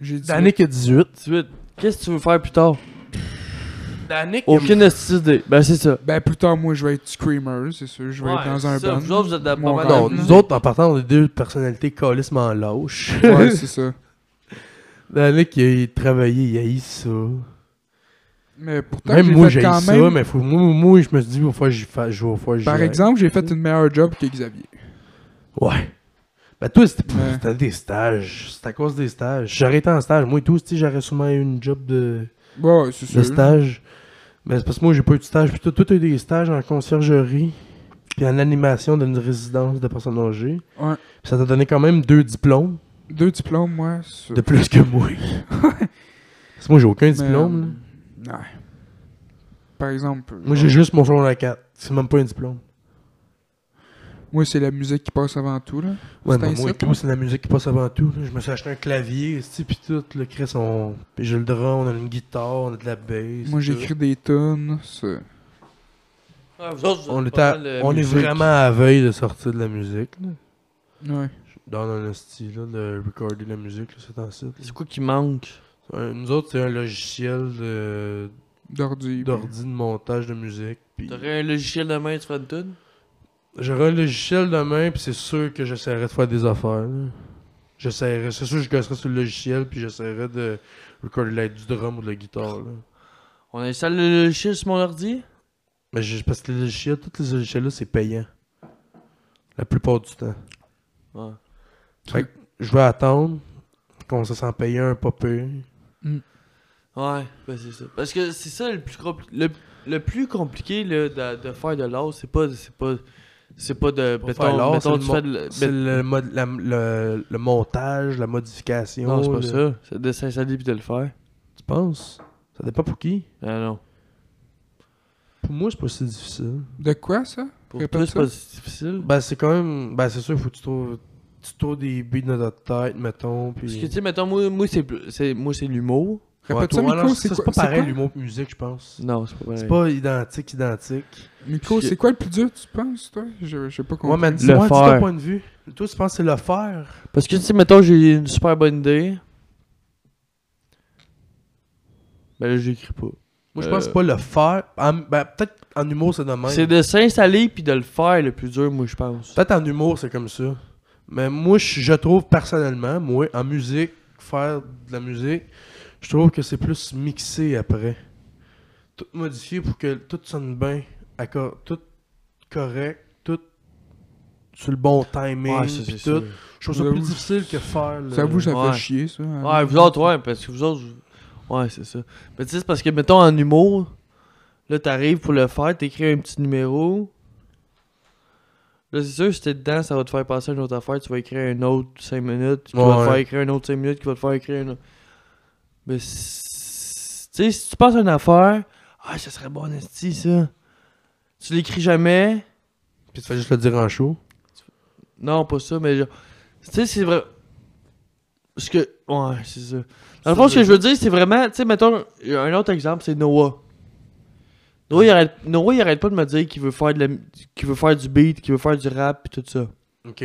C: J'ai dit.
A: Danick a 18.
B: 18. Qu'est-ce que tu veux faire plus tard
A: Danick,
B: Aucune idée. Ben, c'est ça.
C: Ben, plus tard, moi, je vais être screamer, c'est sûr. Je vais être dans un
B: ça,
C: band.
B: Vous autres, vous êtes dans pas
C: Mon
B: mal
A: Non,
B: dans-
C: rêve,
A: nous autres, en partant, on est deux personnalités calissement lâches.
C: Ouais, c'est ça.
A: Danick, il a travaillé, il haït ça.
C: Mais pourtant,
A: Même
C: j'ai
A: moi,
C: fait
A: j'ai
C: quand
A: ça,
C: même.
A: mais faut, moi, moi, je me suis dit, il faut que j'y fasse, je vais faire j'y
C: Par
A: aille.
C: exemple, j'ai fait une meilleure job que Xavier.
A: Ouais. Ben, toi, c'était pff,
C: Ouais.
A: c'était des stages. C'était à cause des stages. J'aurais été en stage. Moi et tout, si j'aurais sûrement eu une job de,
C: Ouais, ouais, c'est
A: de
C: sûr.
A: stage. Mais c'est parce que moi, j'ai pas eu de stage. Puis toi, toi, t'as eu des stages en conciergerie. Puis en animation d'une résidence de personnes âgées.
C: Ouais.
A: Puis ça t'a donné quand même deux diplômes
C: Deux diplômes, moi. sur-
A: de plus que moi. parce que moi, j'ai aucun
C: Mais,
A: diplôme. là.
C: euh, ouais. Par exemple.
A: Moi, j'ai juste mon secondaire 4. C'est même pas un diplôme.
C: Moi, c'est la musique qui passe avant tout, là.
A: Ouais,
C: C'est
A: mais moi
C: un
A: et
C: site,
A: tout, c'est la musique qui passe avant tout. là. Je me suis acheté un clavier, esti, pis tout, le Chris, on... pis j'ai le drum, on a une guitare, on a de la bass.
C: Moi,
A: tout.
C: j'écris des tunes. c'est-
B: Ouais, Ah, vous autres, vous
A: On,
B: êtes
A: est,
B: pas
A: à-
B: mal, euh,
A: on est
B: musique.
A: vraiment à la veille de sortir de la musique, là.
C: Ouais.
A: Dans un style, là, de recorder la musique, là, c'est un site.
B: C'est quoi qui manque
A: Euh, Nous autres, c'est un logiciel de-
C: D'ordi.
A: d'ordi de... montage de musique. pis-
B: T'aurais un logiciel de main, tu ferais une toune?
A: J'aurai un logiciel demain, puis c'est sûr que j'essaierai de faire des affaires. là. J'essaierai, c'est sûr que je gosserai sur le logiciel, puis j'essaierai de recorder l'aide du drum ou de la guitare. là.
B: On installe le logiciel sur mon ordi
A: Mais je- parce que les logiciels, tous les logiciels là, c'est payant. La plupart du temps.
B: Ouais.
A: Fait que je vais attendre qu'on se sent payer un pas pire.
B: Ouais, ben c'est ça. Parce que c'est ça le plus compliqué. Le, le plus compliqué là, de, de faire de l'art, c'est pas. C'est pas. C'est pas de.
A: Pour faire l'art,
B: Mettons, mettons,
A: c'est
B: tu fais
A: le
B: de la- ben,
A: C'est
B: bet-
A: le, mod- la- le, le montage, la modification.
B: Non, c'est pas
A: le-
B: ça. C'est de s'installer puis de le faire.
A: Tu penses? Ça dépend pour qui.
B: Ah non.
A: Pour moi, c'est pas si difficile.
C: De quoi, ça?
B: Pour
C: Répète
B: toi, c'est
C: ça.
B: pas si difficile.
A: Ben, c'est quand même. Ben, c'est sûr, faut que tu trouves, tu trouves des beats dans ta tête, mettons. Puis...
B: Parce que tu sais, mettons, moi, moi c'est plus- c'est moi c'est l'humour.
A: Ouais,
C: Répète ça,
A: toi,
C: Miko,
A: alors,
C: c'est
A: ça,
C: quoi?
A: pas
C: c'est
A: pareil,
C: quoi-
A: l'humour et musique, je pense.
B: Non, c'est pas pareil.
A: C'est pas identique, identique.
C: Miko, c'est quoi le plus dur, tu penses, toi? Je je sais pas
A: Ouais,
C: compris.
A: mais
B: Le
A: dis-moi, dis ton
B: faire.
A: point de vue. Toi, tu penses que c'est le faire?
B: Parce que tu sais, mettons, j'ai une super bonne idée. Ben là, j'écris pas.
A: Moi, je
B: Euh.
A: pense que c'est pas le faire. En- ben, peut-être en humour, c'est de même.
B: C'est de s'installer puis de le faire le plus dur, moi, je pense.
A: Peut-être en humour, c'est comme ça. Mais moi, je, je trouve personnellement, moi, en musique, faire de la musique, je trouve que c'est plus mixé après. Tout modifié pour que tout sonne bien, accord- tout correct, tout sur le bon timing,
B: Ouais, ça, c'est
A: pis
B: sûr.
A: tout. Je trouve ça
C: J'avoue,
A: plus difficile que faire. le-
C: Ça vous, ça
B: Ouais.
C: fait chier, ça.
B: Ouais, vous autres, ouais, parce que vous autres. vous- Ouais, c'est ça. Mais tu sais, c'est parce que, mettons, en humour, là, t'arrives pour le faire, t'écris un petit numéro. Là, c'est sûr, si t'es dedans, ça va te faire passer à une autre affaire. Tu vas écrire un autre 5 minutes, qui va
A: Ouais.
B: te faire écrire un autre 5 minutes, qui va te faire écrire un autre. Mais, si- tu sais, si tu passes à une affaire, ah, ça serait bon, esti, ça. Tu l'écris jamais.
A: Puis tu fais juste le dire en show.
B: Non, pas ça, mais genre. Tu sais, c'est vrai. Ce que. Ouais, c'est ça. Dans le fond, ce que je veux dire, c'est vraiment. Tu sais, mettons, un autre exemple, c'est Noah. Noah, il arrête, Noah, il arrête pas de me dire qu'il veut, faire de la... qu'il veut faire du beat, qu'il veut faire du rap, pis tout ça.
A: Ok.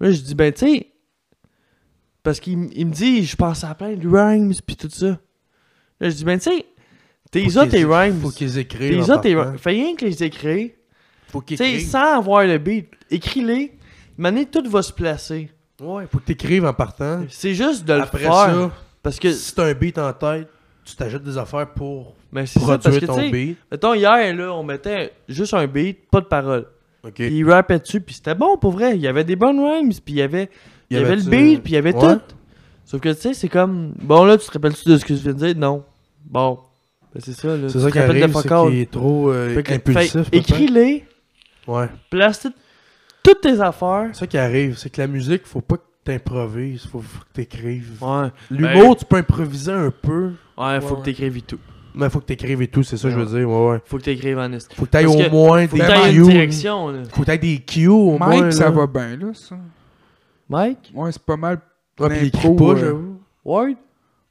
B: Là, je dis, ben, tu sais, Parce qu'il m- il me dit, je pense à plein de rhymes puis tout ça. Là, je dis, ben, tu sais, t'es
A: Faut
B: ça
A: qu'ils
B: tes
A: é-
B: rhymes.
A: Faut qu'ils écrivent.
B: T'es
A: en
B: ça tes
A: partant.
B: rhymes. Fais rien que les écrire.
A: Faut qu'ils
B: Tu sais,
A: écrivent.
B: sans avoir le beat, écris-les. Maintenant, tout va se placer.
A: Ouais, faut que t'écrives en partant.
B: C'est juste de le
A: Après
B: faire.
A: ça,
B: parce que,
A: si t'as un beat en tête, tu t'ajoutes des affaires pour
B: mais c'est ça, parce
A: produire
B: que, tu
A: ton
B: sais,
A: beat.
B: mettons, hier, là, on mettait juste un beat, pas de parole.
A: Ok.
B: Puis euh, il rappait dessus, puis c'était bon pour vrai. Il y avait des bonnes rhymes, puis il y avait, il y avait le
A: tu-
B: beat, puis il y avait
A: Ouais.
B: tout. Sauf que, tu sais, c'est comme, bon, là, tu te rappelles-tu de ce que je viens de dire? Non. Bon. Ben, c'est ça, là.
A: C'est ça
B: tu te
A: qui
B: rappelles
A: arrive,
B: de
A: c'est
B: fuck all.
A: qu'il est trop euh,
B: Fait que-
A: impulsif.
B: fait- Écris-les,
A: peut-être. Ouais.
B: place tout- toutes tes affaires.
A: C'est ça qui arrive, c'est que la musique, faut pas que t'improvises, faut, faut que t'écrives.
B: Ouais. Ben,
A: L'humour, tu peux improviser un peu,
B: Ouais, faut
C: Ouais,
B: que
C: ouais.
B: t'écrives et tout.
A: mais faut que t'écrives et tout, c'est ça que je veux dire, ouais, ouais.
B: Faut que t'écrives en est.
A: Faut que t'ailles
B: Parce
A: au
B: que
A: moins
B: Faut
A: des
B: que t'aies une
A: cues.
B: direction, là.
A: Faut que t'ailles des cues au
C: Mike,
A: moins.
C: ça
A: là.
C: va bien, là, ça.
B: Mike?
C: Ouais, c'est pas mal.
A: Ouais, puis il écrit
C: L'impro,
A: pas,
C: euh,
A: j'avoue.
B: Ward?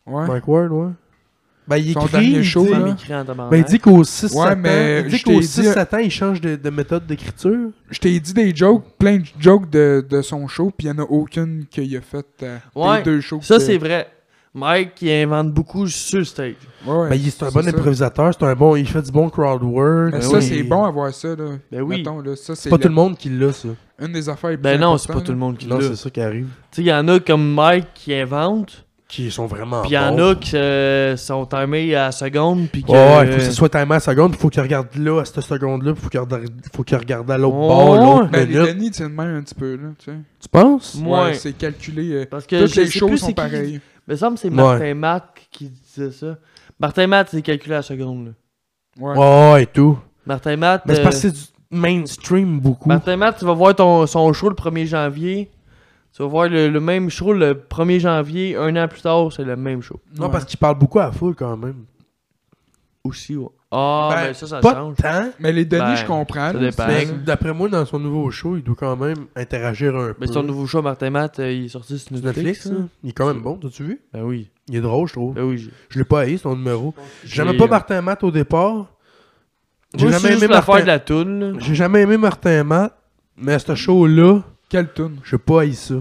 C: Ouais.
A: Mike Ward, ouais. Ben, il
C: Son
A: écrit,
C: dernier
A: il
C: show,
A: dit-
C: là.
B: Sam écrit en tabarnak.
A: Ben, il dit qu'au 6-7
C: Ouais, mais
A: ans, il dit
C: je t'ai
A: qu'au
C: dit- euh,
A: 6-7 ans, il change de, de méthode d'écriture.
C: Je t'ai dit des jokes, plein de jokes de, de son show, puis il en a aucune qu'il a fait euh,
B: Ouais.
C: les deux shows.
B: Ça,
C: que-
B: c'est vrai. Mike, il invente beaucoup sur le stage.
C: Ouais, ouais.
A: Ben, il- c'est un bon
C: ça.
A: improvisateur, c'est un bon, il fait du bon crowd work.
C: Mais
B: Ben
C: ça,
B: oui.
C: c'est bon à voir ça, là.
B: Ben oui.
C: Mettons, là, ça, c'est
A: C'est pas
C: la-
A: tout le monde qui l'a, ça.
C: une des affaires les plus
B: Ben non, c'est pas
C: importantes,
B: tout le monde qui l'a.
A: Non, c'est
B: Tu
A: ça qui arrive.
B: sais, il y en a comme Mike qui invente,
A: Qui sont vraiment
B: puis il y en
A: bons.
B: a qui euh, sont timés à la seconde, puis que...
A: Ouais, ouais, faut que ça soit timé à la seconde, faut qu'il regarde là, à cette seconde-là, puis faut qu'il regarde, faut qu'il regarde à l'autre
B: Ouais.
A: bord, l'autre
C: Ben, les
A: minute.
C: Denis, c'est le même un petit peu, là, tu sais.
A: Tu penses?
B: Moi,
C: Ouais, c'est calculé. euh,
B: parce que
C: Toutes
B: je
C: les
B: sais plus
C: choses
B: c'est
C: sont
B: qui... qui-
C: pareilles.
B: Il me semble que c'est
A: Ouais.
B: Martin Matt qui disait ça. Martin Matt, c'est calculé à la seconde, là.
C: Ouais.
A: Ouais, ouais, et tout.
B: Martin Matt...
A: Mais Ben, c'est
B: euh, Bah,
A: parce que c'est du mainstream beaucoup.
B: Martin Matt, tu vas voir ton, son show le 1er janvier. Tu vas voir le, le même show le 1er janvier. Un an plus tard, c'est le même show.
A: Non,
C: Ouais.
A: parce qu'il parle beaucoup à la foule quand même.
B: Aussi, ouais. Ah,
A: Ben,
B: ben, ça, ça
A: Pas
B: change.
A: tant,
C: Mais les Denis,
B: Ben,
C: je comprends.
B: ça
C: là,
B: dépend.
A: mais
C: c'est-
A: d'après moi, dans son nouveau show, il doit quand même interagir un peu.
B: Mais son nouveau show, Martin Matt, euh, il est sorti sur
A: Sur
B: Netflix. hein.
A: Netflix, hein?
B: ça.
A: là. il est quand même bon, t'as-tu vu?
B: Ben oui.
A: Il est drôle, je trouve.
B: Ben oui. j'ai-
A: Je l'ai pas haï, son numéro. J'aimais
B: j'ai- euh,
A: pas Martin Matt au départ. J'ai
B: Moi,
A: jamais,
B: c'est
A: aimé
B: juste l'affaire
A: Martin...
B: de la toune. là.
A: J'ai jamais aimé Martin Matt, mais à ce show-là,
C: Quelle toune?
A: je pas haï ça.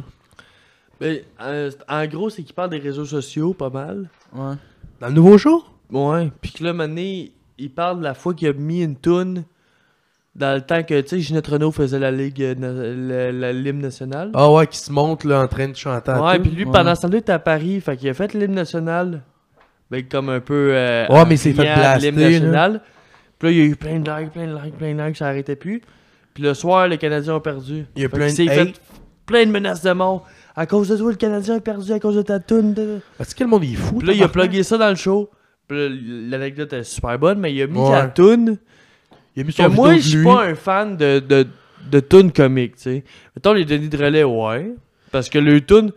B: Ben, euh, en gros, c'est qu'il parle des réseaux sociaux pas mal.
C: Ouais.
A: Dans le nouveau show?
B: Ouais. Puis que là, Mané, il parle de la fois qu'il a mis une toune dans le temps que, tu sais, Ginette Renault faisait la Ligue, euh, na- la, la- l'hymne nationale.
A: Ah ouais, qui se monte là en train de chanter. à
B: Ouais,
A: tout.
B: puis lui,
C: ouais.
B: pendant ce temps-là, il était à Paris. Fait qu'il a fait l'hymne national. Ben, comme un peu. euh,
A: Ouais, mais il s'est fait
B: client de l'hymne
A: blaster, là.
B: national. Puis là, il y a eu plein de likes, plein de likes, plein de likes, ça arrêtait plus. Puis le soir, les Canadiens ont perdu.
A: Il y a
B: Fait
A: plein
B: qu'il s'est
A: de
B: fait
A: hate.
B: plein de menaces de mort. À cause de toi, le Canadien a perdu, à cause de ta toune. de-
A: Est-ce Ah, que le monde est fou?
B: Puis là, il a
A: tabarnak?
B: plugué ça dans le show. Puis là, l'anecdote est super bonne, mais il a mis
A: Ouais.
B: la toune.
A: Il a mis
B: Que
A: son
B: moi,
A: vidéo
B: je
A: de
B: suis
A: lui.
B: pas un fan de, de, de toune comique, tu sais. Mettons, les Denis de relais, ouais. Parce que le toune.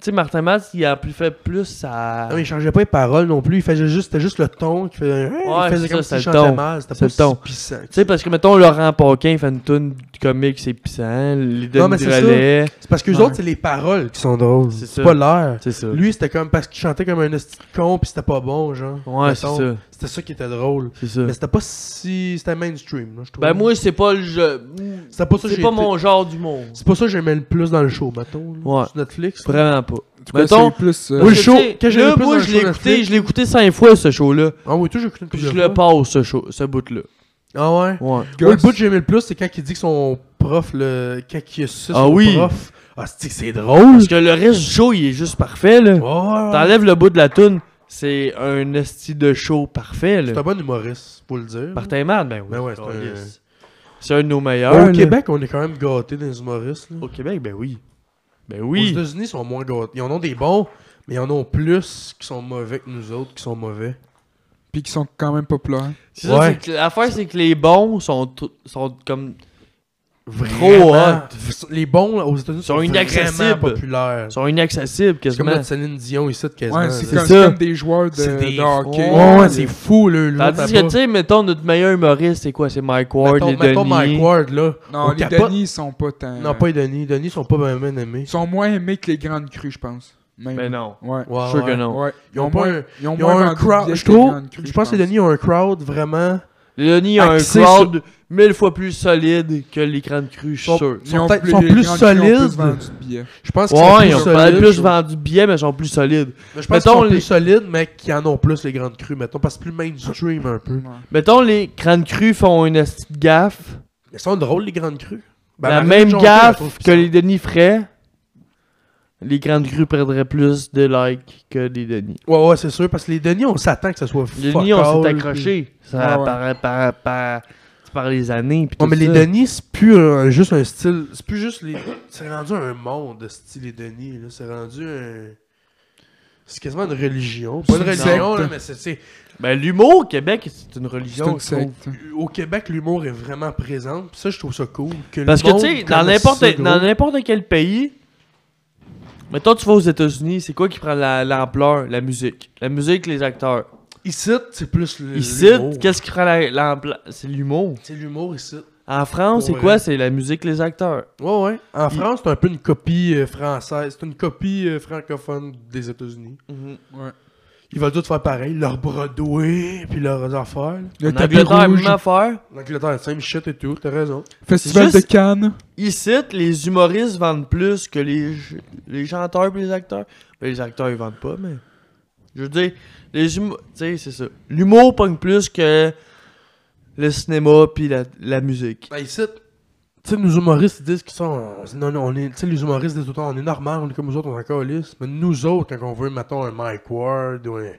B: Tu sais, Martin Matt, il a plus fait plus ça.
A: Non, Ah, mais il changeait pas les paroles non plus. Il faisait juste, c'était juste le ton. qui faisait,
B: Ouais,
A: il faisait
B: c'est
A: comme
B: ça,
A: s'il
B: c'est le
A: chantait
B: ton.
A: mal. C'était
B: C'est
A: pas
B: le ton.
A: si pissant.
B: Tu sais, parce que, mettons, Laurent Paquin fait une toune comique, c'est pissant. Les
A: Non,
B: Denis
A: mais c'est ça.
B: Relais,
A: C'est parce que les
C: Ouais.
A: autres, c'est les paroles qui sont drôles.
B: C'est ça.
A: C'est pas l'air.
B: c'est ça.
A: Lui, c'était comme parce qu'il chantait comme un esti de con, puis c'était pas bon, genre.
B: ouais, c'est
A: mettons.
B: ça.
A: C'était ça qui était drôle.
B: C'est ça.
A: Mais c'était pas si. C'était mainstream, là, je trouve.
B: Ben, moi, c'est pas le jeu.
A: c'était pas ça que
B: C'est
A: j'ai
B: pas
A: été-
B: mon genre d'humour.
A: C'est pas ça que j'aimais le plus dans le show, mettons. là,
B: Ouais.
A: Sur Netflix.
B: Vraiment pas.
C: En tout cas,
B: Mettons-
C: c'est plus. euh,
A: Oui,
B: Parce
A: le
B: que,
A: show-
B: tu sais,
A: quand j'ai
B: là,
A: le plus
B: moi,
A: dans
B: je
A: le
B: l'ai
A: show
B: écouté,
A: Netflix-
B: je l'ai écouté cinq fois, ce show-là.
A: Ah oui, toi, j'ai écouté une
B: Puis
A: couple
B: je
A: de
B: le
A: fois.
B: passe, ce show, ce bout-là.
A: Ah ouais.
B: Ouais.
A: Moi, le
C: Gosse.
A: bout que j'aimais le plus, c'est quand il dit que son prof, le... quand il suce
B: Ah
A: son
B: oui.
A: prof. Ah, c'est c'est drôle.
B: Parce que le reste du show, il est juste parfait, là.
A: Ouais, ouais, ouais.
B: T'enlèves le bout de la toune, c'est un esti de show parfait,
A: C'est un
B: là.
A: bon humoriste, faut le dire.
B: Martin Matt, ben oui.
A: Ben ouais, c'est un-
B: calisse. C'est un de nos meilleurs.
A: Au
B: là.
A: Québec, on est quand même gâtés dans les humoristes. Là.
B: Au Québec, ben oui. Ben
A: Aux
B: oui.
A: États-Unis, ils sont moins gâtés. Ils en ont des bons, mais ils en ont plus qui sont mauvais que nous autres qui sont mauvais.
C: Puis qui sont quand même populaires.
B: C'est ça,
A: Ouais.
B: c'est que l'affaire, c'est que les bons sont, tr- sont comme.
A: Vraiment.
B: hot.
A: V- Les bons là, aux États-Unis
B: Sont
A: sont,
B: inaccessibles.
A: vraiment populaires.
B: sont inaccessibles
A: C'est comme
B: quasiment.
A: notre Céline Dion ici, quasiment.
C: Ouais,
A: là.
C: c'est
B: c'est ça.
C: comme, c'est comme des joueurs de,
A: C'est des-
C: de
A: Ouais,
C: hockey.
B: Ouais,
A: ouais, c'est fou, le là,
B: Tandis que,
A: là-bas.
B: tu sais, mettons, notre meilleur humoriste, c'est quoi C'est Mike Ward,
A: mettons,
B: les
A: mettons
B: Denis.
A: Mike Ward, là.
C: Non,
A: on
C: les
A: capote.
C: Denis, ils sont pas tant.
A: Non, pas les Denis. Les Denis sont pas bien aimés.
C: Ils sont moins aimés que les grandes crues, je pense. Même.
B: Ben non.
C: Ouais.
A: Ouais,
B: sûr que
A: ouais.
B: non.
C: Ouais.
A: Ils ont pas un-
C: ils ont
A: Ils ont
C: moins
A: un
C: vendu de
A: crowd.
C: billets
A: Je
C: que les
A: trouve.
C: grandes crues,
A: Je pense que les Denis ont un crowd vraiment.
B: Lenny a un
A: Axé
B: crowd mille fois plus solide que l'écran de cru, je suis
A: Son-
B: sûr.
A: Ils sont peut-être- sont plus solides. Je pense qu'ils sont
B: Ouais, ils ont
A: plus
B: peut-être
A: solides.
B: plus vendu de billets, mais ils sont plus solides.
A: Mais Je pense qu'ils
B: Mettons
A: sont
B: les-
A: plus solides, mais qu'ils en ont plus les grandes crues, mettons, parce que plus mainstream un peu.
B: Mettons, les crânes crus font une petite gaffe.
A: Elles sont drôles, les grandes crues. Ben,
B: la
A: Marie
B: même
A: Jonton, elle trouve
B: gaffe que
A: ça.
B: les Denis frais, les grandes crues perdraient plus de likes que les Denis.
A: Ouais, ouais, c'est sûr, parce que les Denis, on s'attend que ça soit
B: Les
A: fuck
B: Denis, on
A: all,
B: s'est accroché. Ça
C: Ah ouais.
B: par, par, par, c'est par les années. Puis
A: puis-
B: tout
A: Ouais, mais les
B: ça.
A: Denis, c'est plus euh, juste un style. C'est plus juste les. C'est rendu un monde, style les Denis. là. C'est rendu un. C'est quasiment une religion. Pas une
C: C'est une
A: religion,
C: secte.
A: là, mais c'est- c'est.
B: Ben, l'humour au Québec, c'est une
C: C'est
B: religion.
C: une
B: je trouve.
C: secte.
A: Au Québec, l'humour est vraiment présent. Puis ça, je trouve ça cool. le
B: Parce que,
A: monde
B: tu sais, dans
A: connaisse
B: n'importe
A: ça, gros.
B: dans n'importe quel pays, mettons, tu vas aux États-Unis, c'est quoi qui prend la- l'ampleur La musique. La musique, les acteurs.
A: Ici, c'est plus le-
B: Ici,
A: l'humour.
B: qu'est-ce qui prend la- l'ampleur C'est l'humour.
A: C'est l'humour ici.
B: En France, c'est
A: Ouais.
B: quoi C'est la musique, les acteurs.
A: Ouais, ouais. En
B: Il-
A: France, c'est un peu une copie euh, française. C'est une copie euh, francophone des États-Unis.
C: Ouais.
A: Ils veulent tous faire pareil. Leur Broadway, puis leurs affaires. là.
C: Le
B: en
C: tapis
B: Angleterre,
C: rouge.
B: même affaire.
A: L'Angleterre, c'est même shit et tout. T'as raison.
C: Festival
B: C'est
C: de
B: juste-
C: Cannes.
B: Ici, les humoristes vendent plus que les, ch- les chanteurs et les acteurs. Ben, les acteurs, ils vendent pas, mais. Je veux dire, les humo- Tu sais, c'est ça. L'humour pogne plus que le cinéma puis la, la musique.
A: Ben, ici, tu sais, nos humoristes ils disent qu'ils sont. Non, non, on est. Tu sais, les humoristes disent tout le temps, on est normal, on est comme nous autres, on est encore lisse. Mais nous autres, quand on veut, mettons, un Mike Ward ou un.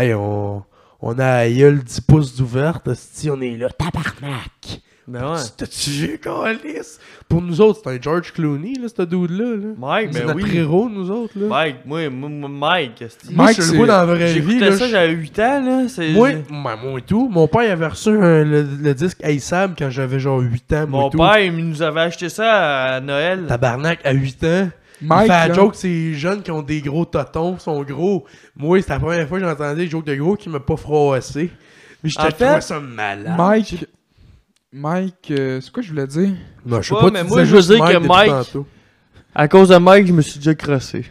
A: Hey, on. On a la gueule 10 pouces d'ouverte, si on est là, tabarnak!
B: Ben ouais.
A: T'as-tu vu, câlisse? Pour nous autres, c'est un George Clooney, là, ce dude-là. Là.
B: Mike,
A: c'est
B: ben
A: notre
B: oui.
A: héros, nous autres. Là.
B: Mike, moi, moi, moi, Mike, esti.
A: Moi,
C: Mike,
A: je
C: c'est-
A: le vois dans la vraie vie.
B: J'écoutais
A: Là,
B: ça,
A: je-
B: j'avais 8 ans, là. C'est-
A: moi, ben, moi et tout. Mon père il avait reçu un- le, le disque Hey Sam quand j'avais genre 8 ans. moi
B: Mon
A: et tout.
B: père, il nous avait acheté ça à Noël.
A: Tabarnak, à 8 ans. il
C: Mike.
A: fait la
C: là.
A: joke, c'est les jeunes qui ont des gros totons, sont gros. Moi, c'est la première fois que j'entendais des jokes de gros qui m'a pas froissé. Mais je
B: En
A: te
B: fait,
A: trouvais ça malade.
C: Mike. Mike, euh, c'est quoi je voulais dire?
A: Non, je sais
B: Ouais,
A: pas,
B: mais
A: tu
B: moi,
A: disais
B: je veux
A: juste
B: dire que
A: depuis
B: Mike-
A: tantôt.
B: À cause de Mike, je me suis déjà crossé.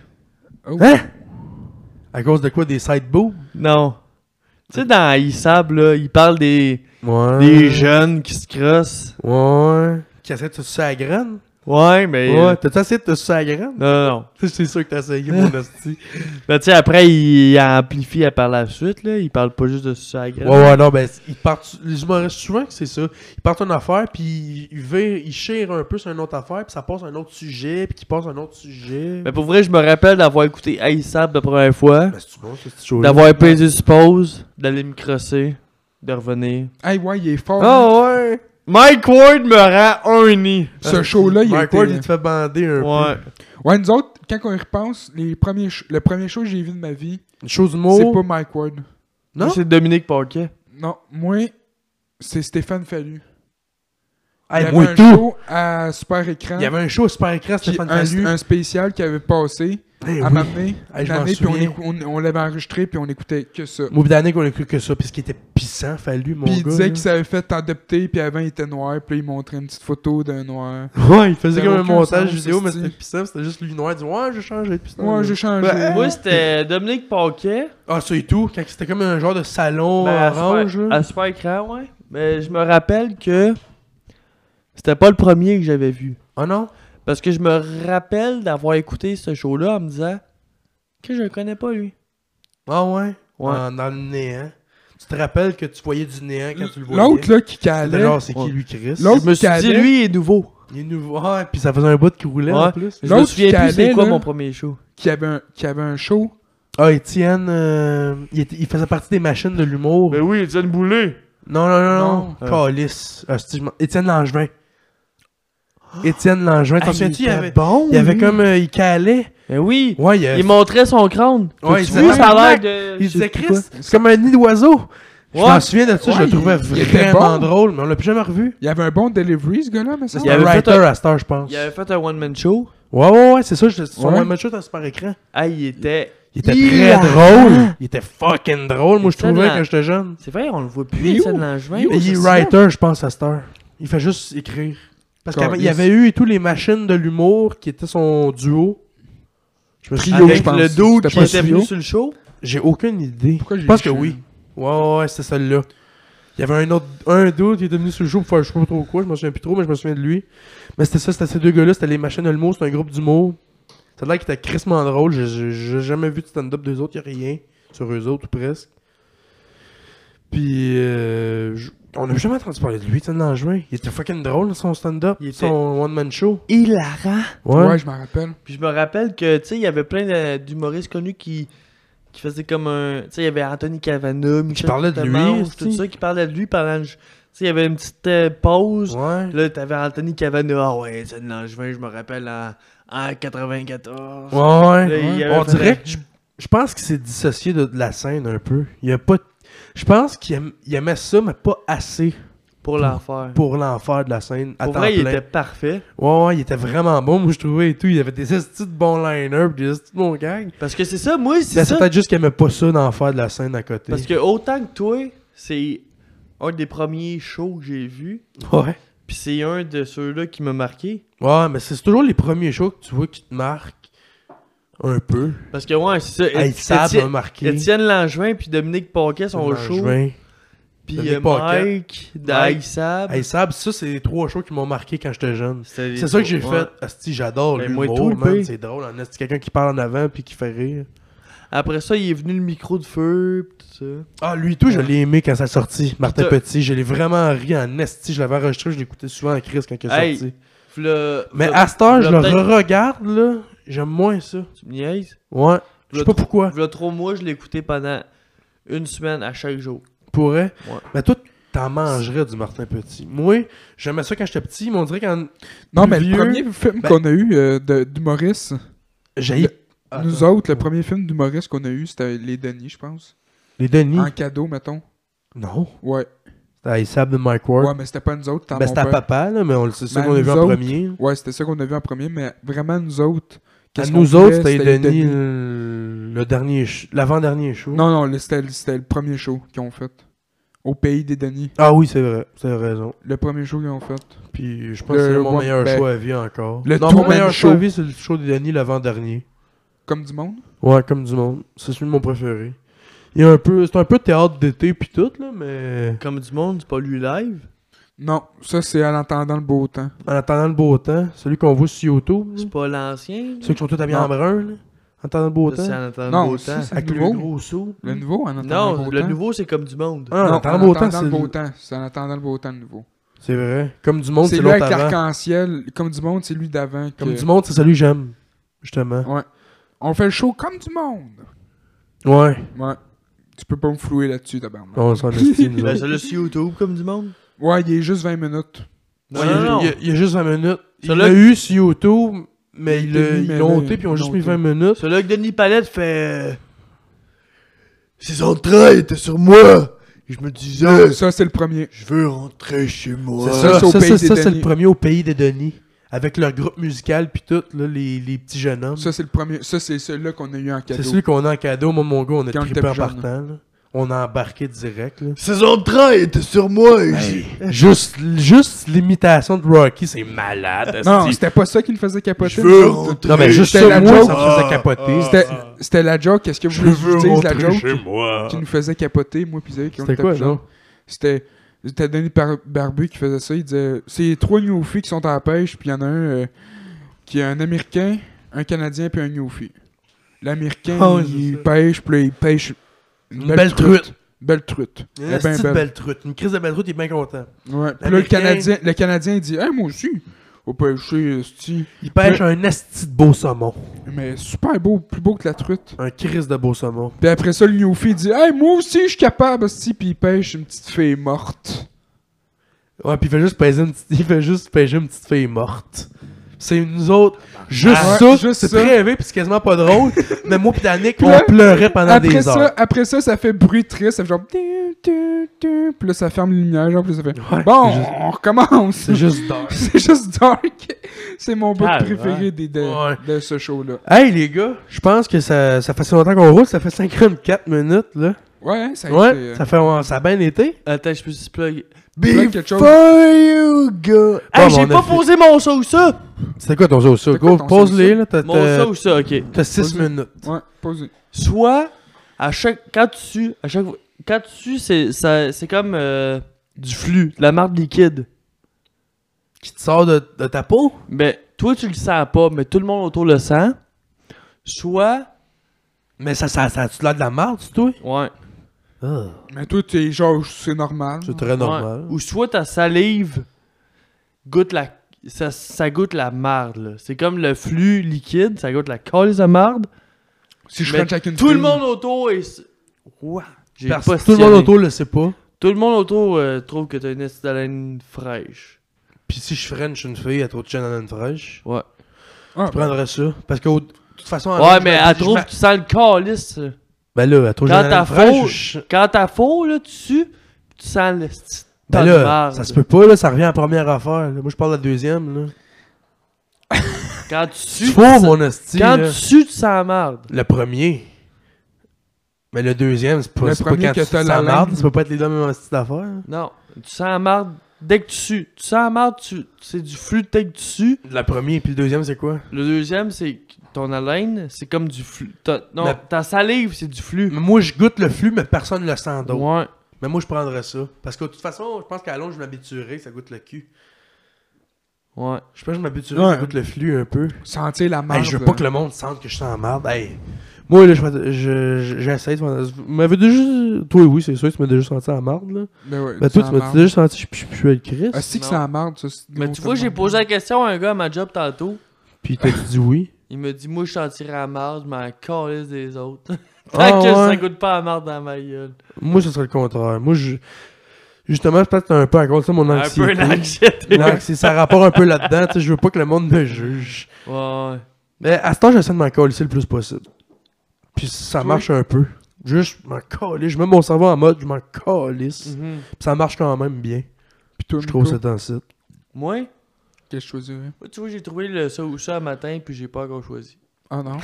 C: Oh.
A: Hein? À cause de quoi, des side boobs?
B: Non. Tu sais, dans Isab, là, il parle des,
A: Ouais.
B: des jeunes qui se crossent.
A: Ouais. Qui essaie de te sucer la graine?
B: Ouais, mais.
A: Ouais, t'as-tu essayé de te sucer la graine?
B: Non, non, non.
A: C'est sûr que t'as essayé, mon hostie.
B: Là, tu sais, après, il, il amplifie à par la suite, là. Il parle pas juste de ça à
A: Ouais, ouais, non, ben, ils partent. Les humoristes, souvent, que c'est ça. Ils partent une affaire, puis ils, virent- ils chirent un peu sur une autre affaire, puis ça passe à un autre sujet, puis qui passe à un autre sujet.
B: Mais pour vrai, je me rappelle d'avoir écouté Isab la première fois,
A: Ben, c'est bon, ça, c'est chaud.
B: d'avoir payé du suppose, d'aller me crosser, de revenir.
C: Hey, ouais, il est fort. hein.
B: Oh, ouais! Mike Ward me rend un nid.
C: Ce show-là, il
A: Euh, Mike
C: était...
A: Ah, Ward, il te fait bander un
B: Ouais.
C: Ouais, nous autres, quand on y repense, les premiers sh- le premier show que j'ai vu de ma vie,
A: peu. Une chose
C: c'est
A: d'humour.
C: pas Mike Ward.
A: Non?
B: C'est Dominique Parquet.
C: Non, moi, c'est Stéphane Fallu.
A: Hey,
C: il y avait
A: moi
C: un
A: et tout.
C: show à Super Écran.
A: Il y avait un show à super écran,
C: puis
A: Stéphane
C: un,
A: Fallu.
C: un spécial qui avait passé
A: Eh
C: à
A: oui.
C: m'amener.
A: Hey, je m'en
C: puis on,
A: souviens.
C: écou- on, on l'avait enregistré, puis on écoutait que ça.
A: Moi, pis Danick, on a cru que ça, parce qu'il était pissant, Fallu, mon
C: Puis il
A: gars.
C: disait
A: là.
C: qu'il s'avait fait adopter, puis avant il était noir, puis là, il montrait une petite photo d'un noir.
A: Ouais, il faisait
C: Ça
A: comme
C: n'a
A: un
C: aucun
A: montage
C: sens,
A: vidéo, mais
C: c'est-
A: c'était pissant, c'était juste lui noir, il dit Ouais, j'ai changé depuis ce temps-là.
C: Ouais, j'ai changé.
A: Ben,
B: Moi, c'était Dominique Paquet.
A: Ah, ça et tout, quand c'était comme un genre de salon
B: Ben, à
A: orange,
B: super-
A: là.
B: À super écran, ouais. Mais je me rappelle que c'était pas le premier que j'avais vu.
A: Ah non?
B: Parce que je me rappelle d'avoir écouté ce show-là en me disant que je le connais pas, lui.
A: Ah ouais?
B: Ouais.
A: Ah, dans le néant. Tu te rappelles que tu voyais du néant quand tu le voyais?
C: L'autre, là, qui
A: C'était
C: calait.
A: genre, c'est
B: Ouais.
A: qui lui, Chris?
C: L'autre-
B: je me suis dit,
C: Calais.
B: lui, il est nouveau.
A: Il est nouveau. Ah, puis ça faisait un bout de qui roulait en
B: Ouais.
A: plus.
B: Je me
C: L'autre
B: souviens plus
C: Calais,
B: c'est quoi
C: là.
B: mon premier show.
C: qui avait un, qui avait un show.
A: Ah, Étienne, euh, il, était- il faisait partie des machines de l'humour.
C: Ben
B: oui, Étienne Boulay.
C: Ah,
A: Non, non, non,
B: Non.
A: non. Calice. Ah, si, je m'en- Étienne Langevin. Étienne
B: Ah,
A: Langevin. T'en souviens-tu? Il, avait...
C: bon.
A: il avait comme. euh, il calait.
B: Ben oui,
A: Ouais, il,
B: il montrait son crâne.
A: Ouais,
B: tu
A: il
B: vois,
A: disait-
B: ça a l'air de...
A: il
B: je sais
A: disait
B: plus
A: Chris,
B: quoi.
A: c'est comme un nid d'oiseau. Je
B: Ouais.
A: m'en souviens de ça, je
C: Ouais,
A: le trouvais
C: il- il était
A: vraiment
C: bon.
A: drôle, mais on l'a plus jamais revu.
C: Il y avait un bon delivery, ce gars-là, mais
A: Ça,
C: ça.
B: Il
A: C'était
B: avait
A: un
B: fait
A: writer
B: un-
A: à Star, je pense.
B: Il avait fait un one-man show.
A: Ouais, ouais, ouais, c'est ça. je- Son
C: Ouais.
A: one man shot à super écran.
B: Ah, il était...
A: Il était
B: Hilarant.
A: très drôle. Il était fucking drôle, moi, je
B: Excellent.
A: trouvais quand j'étais jeune.
B: C'est vrai, on le voit
C: Il est
B: plus, Étienne
C: où?
B: Langevin.
C: Il est où?
A: Mais il est
C: c'est
A: writer, je pense, à cette heure. Il fait juste écrire. Parce
C: Car-
A: qu'il y avait eu et tous les machines de l'humour qui étaient son duo. Je me suis
C: Trio,
A: avec
C: je pense.
A: le dude
C: C'était
B: Qui
A: qui
C: pas
A: était
B: était
C: studio.
B: venu sur le show.
A: J'ai aucune idée.
C: Pourquoi j'ai
A: Je pense
C: dit
A: que
C: ça?
A: oui. Ouais, ouais, ouais, c'est celle-là. Il y avait un autre, un dude qui était venu sur le show pour faire je sais pas trop quoi, je me souviens plus trop, mais je me souviens de lui. Mais c'était ça, c'était ces deux gars-là, c'était les Machines Olmo, c'était un groupe d'humour. Ça a l'air qu'ils étaient crissement drôle, j'ai j'ai jamais vu de stand-up d'eux autres, y a rien sur eux autres, ou presque. Puis, euh, j- on n'a jamais entendu parler de lui, tu sais, dans le juin. Il était fucking drôle, son stand-up,
B: Il était-
A: son one-man show.
B: Hilarant.
C: Ouais, je m'en rappelle.
B: Puis je me rappelle que, tu sais, il y avait plein de- d'humoristes connus qui, qui faisaient comme un. Tu sais, il y avait Anthony Cavana, Michel
A: parlaient de lui,
B: Temence, tout
A: c'est-tu?
B: ça, qui parlait de lui pendant. le j- Tu sais, il y avait une petite euh, pause.
A: Ouais.
B: Là, t'avais Anthony Cavana. Ah ouais, c'est de l'angevin, je me rappelle en, en 94.
A: Ouais, ouais.
B: Là, il
A: ouais.
B: avait
A: On
B: fait un-
A: dirait que je, je pense qu'il s'est dissocié de, de la scène un peu. Il a pas. Je pense qu'il aime- il aimait ça, mais pas assez
B: Pour l'enfer. Pour,
A: pour l'enfer de la scène. À temps
B: vrai, il
A: plein.
B: était parfait.
A: Ouais, ouais, il était vraiment bon, moi je trouvais et tout. Il avait des estis de bons liners, pis des estis de bons gags.
B: Parce que c'est ça, moi,
A: Mais
B: c'est
A: C'est
B: ça.
A: Ben, peut-être juste qu'il aimait pas ça d'enfer de la scène à côté.
B: Parce que autant que toi, c'est un des premiers shows que j'ai vu.
A: Ouais.
B: Puis c'est un de ceux-là qui m'a marqué.
A: Ouais, mais c'est toujours les premiers shows que tu vois qui te marquent un peu.
B: Parce que, ouais, c'est ça.
A: Hey, ça
B: Étienne-
A: m'a marqué.
B: Étienne Langevin puis Dominique Paquet sont au show.
A: Langevin.
B: Puis
A: Dominique
B: euh,
A: Paquet.
B: Mike
A: Mike.
B: d'Aïsab.
A: Hey, Sab, ça, c'est les trois shows qui m'ont marqué quand j'étais jeune. C'est ça
B: ça
A: que j'ai fait. Asti, j'adore
B: Ben,
A: l'humour,
B: moi, tout, le
A: man.
B: pire.
A: C'est drôle. En asti, quelqu'un qui parle en avant puis qui fait rire.
B: Après ça, il est venu le micro de feu pis tout
A: Ah, lui tout, je l'ai aimé quand ça sortit. Martin
B: T'as-
A: Petit, je l'ai vraiment ri en asti. Je l'avais enregistré, je l'écoutais souvent en crise quand il est
B: Hey,
A: sorti.
B: ça. Puis là,
A: Mais
B: là,
A: à cette heure, je
B: v'là
A: le
B: peut-être-
A: re-regarde, là. J'aime moins ça.
B: tu me niaises.
A: Ouais. Je sais
B: V'là
A: pas
B: trop-
A: pourquoi.
B: V'là trois mois, je l'écoutais pendant une semaine à chaque jour.
A: Pourrais.
B: Ouais.
A: Mais toi, t'en mangerais du Martin Petit. Moi, j'aimais ça quand j'étais petit, mais on dirait quand.
C: Non,
A: Plus
C: mais
A: vieux.
C: le premier film
A: Ben-
C: qu'on a eu euh, de- d'humoriste,
A: J'ai.
C: nous autres, le premier film d'humoriste qu'on a eu, c'était Les Denis, je pense.
A: Les Denis.
C: En cadeau, mettons.
A: Non.
C: Ouais.
A: C'était Sab de Mike
C: Ouais,
A: Ward.
C: mais c'était pas nous autres. t'as
A: Ben,
C: mon
A: c'était à
C: père.
A: papa, là, mais on le sait, c'est ça
C: Ben,
A: qu'on a vu
C: nous
A: en
C: autres,
A: premier.
C: Ouais, c'était ça qu'on a vu en premier, mais vraiment nous autres.
A: À
C: qu'est-ce
A: nous
C: qu'on
A: autres,
C: faisait,
A: c'était euh.
C: les
A: Denis,
C: Denis.
A: le, le dernier, ch- l'avant-dernier show.
C: Non, non, le- c'était c'était le premier show qu'ils ont fait. Au pays des Denis.
A: Ah oui, c'est vrai, c'est raison.
C: Le premier show qu'ils ont fait.
A: Puis je pense
C: Le-
A: que c'est mon
C: moi,
A: meilleur
C: ben,
A: choix à vie encore.
C: le
A: non,
C: tout
A: mon
C: même
A: meilleur choix à
C: show.
A: vie, c'est le show de Denis, l'avant-dernier.
C: Comme du monde.
A: Ouais, comme du monde. C'est celui de mon préféré. Il y a un peu, c'est un peu théâtre d'été puis tout, là, mais
B: Comme du monde, c'est pas lui live.
C: Non, ça c'est à l'entendant le beau temps.
A: en attendant le beau temps, celui qu'on voit sur YouTube, là,
B: C'est pas l'ancien.
A: ceux qui sont tous habillés
C: Non.
A: en brun, là, en attendant le beau
B: Ça, C'est
A: temps,
B: en attendant
C: Non,
B: beau
C: ça,
B: temps.
C: c'est-
A: avec
C: le
A: le
C: nouveau.
A: gros saut.
C: Le nouveau, en entendant le
B: Non,
C: beau
B: le
C: temps.
B: nouveau, c'est comme du monde.
A: Ah, Hmm. en
C: Non,
A: attendant le beau temps,
C: entendant le beau
A: c'est-
C: temps. C'est en attendant le beau temps, le nouveau.
A: c'est vrai. Comme du monde,
C: C'est
A: c'est
C: lui
A: l'autre
C: avec
A: avant.
C: l'arc-en-ciel. Comme du monde, c'est lui d'avant. que-
A: Comme du monde, c'est celui que j'aime, justement.
C: Ouais. On fait le show comme du monde.
A: Ouais,
C: Ouais. Tu peux pas me flouer là-dessus, tabarnak.
A: on s'en estime, nous
B: Ben,
A: autres.
B: ça là, sur YouTube, comme du monde.
C: Ouais, il est juste 20 minutes.
A: Ouais, il, y a- il y a, il y a juste 20 minutes. Il
B: Celui-là-
A: l'a eu sur YouTube, mais
C: Il
A: il
C: l'a
A: l'a-
C: mis,
A: ils
C: mais
A: l'ont
C: là,
A: ôté, puis ils ont
C: ils
A: juste
C: l'ont
A: mis
C: ôté.
A: 20 minutes.
B: Celui-là que Denis Palette fait. euh, Saison 3 était sur moi. Et je me
A: Euh.
B: disais,
C: Ça, c'est le premier.
B: je veux rentrer chez moi.
A: C'est
C: Ouais.
A: ça,
C: Ça, c'est au
A: ça,
C: pays
A: ça,
C: des
A: ça, c'est le
C: Denis.
A: premier au pays des Denis. Avec leur groupe musical, puis tout, là, les, les petits jeunes hommes.
C: Ça, c'est le premier. Ça, c'est celui-là qu'on a eu en
A: C'est
C: cadeau.
A: celui qu'on a en cadeau. Moi, mon gars, on a
C: Quand on
A: trippé
C: était
A: en
C: plus
A: partant.
C: jeune.
A: là. On a embarqué direct. là.
B: Saison 3 était sur moi. et j'ai-
A: juste juste l'imitation de Rocky, c'est malade.
C: Non,
A: esti.
C: c'était pas ça qui le faisait capoter.
B: Je veux
C: le monde.
B: rentrer.
A: non, mais juste
C: c'était
A: ça,
C: la
A: moi,
C: joke.
A: ça me faisait
B: Ah,
A: capoter.
B: ah.
A: C'était-
C: C'était c'était la joke. Qu'est-ce que
A: Je
C: vous
A: veux
C: voulez la
A: rentrer
C: joke
A: chez
C: qui nous faisait capoter, moi puis Zé, qui on
A: C'était
C: était
A: quoi,
C: plus jeunes.
A: non?
C: C'était c'était Denis Bar- Barbu qui faisait ça. Il disait c'est trois newfies qui sont à la pêche, puis il y en a un euh, qui est un Américain, un Canadien, puis un newfie. L'Américain,
A: Ah oui, c'est
C: il
A: ça.
C: pêche, puis là, il pêche
A: Une belle truite.
C: Belle Eh truite. Elle
A: Une
C: est bien
A: petite
C: belle.
A: belle truite. Une crise de belle truite, il est bien content.
C: Ouais. ben, Puis là, le
A: L'Américain-
C: Canadien, le Canadien, il dit Hey, moi aussi, on pêcher, esti.
A: Il pêche un asti de beau saumon.
C: mais super beau, plus beau que la truite.
A: Un crise de beau saumon.
C: Puis après ça, le newfie, il dit Hey, moi aussi, je suis capable, esti. puis il pêche une petite fille morte.
A: Ouais, puis il fait juste pêcher une petite, il fait juste pêcher une petite fille morte. C'est nous autres. Juste
C: Ah,
A: ça,
C: ouais, juste
A: c'est
C: ça.
A: très rêvé, puis c'est quasiment pas drôle. mais moi pis Danick,
C: Puis
A: on
C: là,
A: pleurait pendant
C: Après
A: des
C: ça,
A: heures.
C: après ça, ça fait bruit triste, ça fait genre. tu, tu, tu, Puis là, ça ferme les lumières, genre, puis ça fait.
A: Ouais,
C: Bon,
A: c'est juste-
C: on recommence.
A: C'est juste dark.
C: C'est juste dark. C'est mon bout
B: Ah,
C: préféré
B: ouais.
C: des, de,
A: Ouais.
C: de ce show-là.
A: Hey les gars, je pense que ça, ça fait si longtemps qu'on roule, ça fait 54 minutes là.
C: Ouais, hein, ça a
A: ouais,
C: été. euh,
A: ça fait ouais, ça a bien été.
B: Attends, je peux juste plug.
C: Plug quelque chose.
A: you go.
B: Hey, j'ai pas posé mon ça ou ça. euh,
A: C'était quoi ton sauce ça?
C: C'était quoi
A: Go,
C: ton
A: pose-les
C: sauce,
A: là, t'as-
B: Mon ça
A: t'as
B: ou ça, ok.
A: 6
C: Pose-les.
A: minutes.
C: Ouais, pause.
B: Soit, à chaque. Quand tu. À chaque fois. quand tu sues, c'est, ça- c'est comme euh, du flux, de la marde liquide.
A: Qui te sort de, de ta peau?
B: Mais Ben, toi, tu le sens pas, mais tout le monde autour le sent. Soit.
A: Mais ça, ça, ça tu l'air de la marde, tu toi?
B: Ouais.
A: Ah,
C: Mais toi, t'es genre, c'est normal.
A: C'est très normal.
B: Ou soit ta salive goûte la. Ça, ça goûte la marde, là. C'est comme le flux liquide, ça goûte la colise de marde.
C: Si je
B: Mais
C: prends chacune
B: Tout le
C: fille,
B: monde autour est. Ouah! J'ai
A: Parce
B: pas
A: que tout le monde autour le sait pas.
B: Tout le monde autour euh, trouve que t'as une petite haleine fraîche.
A: Puis si je french une fille, elle trouve que je suis dans une fraîche.
B: Ouais.
C: Ah,
A: Je prendrais ça. Parce que, au- de toute façon.
B: Ouais,
A: avant, je
B: mais
A: me-
B: elle
A: je
B: trouve
A: me-
B: que tu sens le calice.
A: Ben là, elle trouve que
B: Quand
A: j'ai une haleine
B: t'as
A: fraîche.
B: faux-
A: je-
B: Quand t'as faux, là, dessus, tu sens le petit
A: Ben
B: tas de
A: là,
B: marde.
A: ça se peut pas, là, ça revient à la première affaire. là. Moi, je parle de la deuxième. Là.
B: Quand tu
A: Tu
B: sues, tu
A: fous,
B: sens-
A: mon hostie.
B: quand
A: là.
B: tu sues, tu sens la marde.
A: Le premier. Mais le deuxième, c'est pas,
C: Le
A: c'est pas
C: premier
A: quand
C: que
A: tu
C: t'as
A: sens
C: la
A: la marde,
C: laine.
A: ça peut pas être les deux mêmes hosties d'affaires.
B: Non, tu sens la marde dès que tu sues. Tu sens la marde, tu... c'est du flux dès que tu sues.
A: Le premier, puis le deuxième, c'est quoi?
B: Le deuxième, c'est que ton haleine, c'est comme du flux. Ta- Non,
A: Mais-
B: ta salive, c'est du flux.
A: Mais Moi, je goûte le flux, mais personne le sent d'autre.
B: Ouais.
A: Mais moi, je prendrais ça. Parce que de toute façon, je pense qu'à la longue, je m'habituerai, ça goûte le cul.
B: Ouais.
A: Je pense que je m'habituerai,
C: Ouais.
A: ça goûte le flux un peu.
C: Sentir la euh, marde.
A: Hey, je veux pas que le monde sente que je suis en marde. Hey. Moi, là, je fais- je- je- j'essaie. de faire- Vous m'avez déjà. Toi, oui, c'est sûr, tu m'as déjà senti en marde, là.
C: Ben ouais,
A: Ben,
C: c'est
A: toi,
C: la
A: tu m'as
C: marde.
A: déjà senti. Je je- je suis le Chris.
C: Ah, si que
B: Non.
C: c'est la marde, ça. c'est-
B: Mais tu vois, j'ai posé la question à un gars à ma job tantôt.
A: Puis t'as dit oui.
B: Il me dit, moi, je sentirais la marde, je m'en calisse des autres. Tant
A: Ah,
B: que ça
A: ouais.
B: goûte pas la marde dans ma gueule.
A: Moi, ce serait le contraire. Moi, je. Justement, je pense que t'as un peu à cause de ça, mon
B: Un peu
A: anxiété.
B: une anxiété.
A: Ouais, c'est ça rapporte un peu là-dedans. Tu sais, je veux pas que le monde me juge.
B: Ouais, ouais.
A: Mais à ce temps, j'essaie de m'en colisser le plus possible. Puis ça
C: Oui.
A: marche un peu. Juste, je m'en calisse. Je mets mon cerveau en mode, je m'en calisse.
B: Mhm.
A: Puis ça marche quand même bien.
C: Plutôt,
A: Je trouve ça dans le site.
B: Moi,
C: Que je choisirais.
B: moi, tu vois, j'ai trouvé le ça ou ça matin, puis j'ai pas encore choisi.
C: Ah non.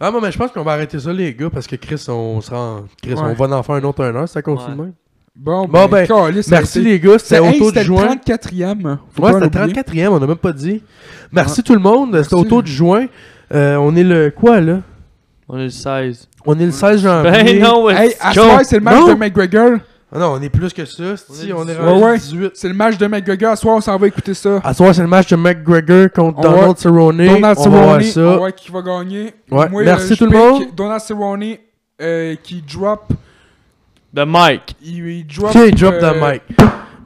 A: Ah, bon, mais je pense qu'on va arrêter ça, les gars, parce que Chris, on se rend. Chris,
C: Ouais.
A: on va en faire un autre un heure, ça continue.
B: Ouais.
A: même.
C: Bon,
A: Bon,
C: ben,
A: ben,
C: calé, ça a
A: Merci,
C: été-
A: les gars. C'était
C: C'est hey,
A: autour
C: c'était
A: du
C: le
A: juin.
C: 34e. Faut
A: Ouais,
C: pas
A: c'était
C: l'oublier.
A: 34e, on n'a même pas dit. Merci tout le monde, c'était
C: Merci.
A: autour du juin. Euh, on est le quoi, là
B: On est le 16.
A: On est le 16 janvier.
B: Ben non, ouais.
C: Hey, à ce soir, c'est le match
A: Non.
C: de McGregor.
A: Ah non, on est plus que ça. Si,
B: On
A: on
B: est
A: est
B: le
A: rendu
C: Ouais, ouais.
A: 18.
C: C'est le match de McGregor. À ce soir, on s'en va écouter ça.
A: À ce soir, c'est le match de McGregor contre
C: On
A: Donald
C: va-
A: Cerrone.
C: Donald
A: on va voir
C: Cerrone,
A: ça.
C: on voit qui va gagner.
A: Ouais,
C: Moi,
A: merci
C: je
A: tout le
C: pick
A: monde.
C: Donald Cerrone euh, qui drop.
B: De Mike.
C: Il, il drop.
A: Ok, drop the
C: euh,
A: mic.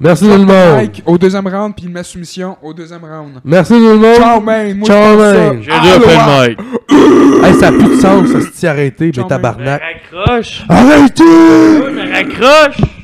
A: Merci tout
C: drop
A: le
C: the
A: monde.
C: mic au deuxième round, puis il met soumission au deuxième round.
A: Merci tout le monde.
C: Ciao, man. Moi,
A: Ciao,
C: je pense
A: man.
C: ça. Ah, ouais.
B: Mike.
A: Hey, ça a plus de sens, ça se arrêté, mais
C: Ciao, man.
A: tabarnak.
B: Raccroche.
A: Arrêtez!
B: Raccroche.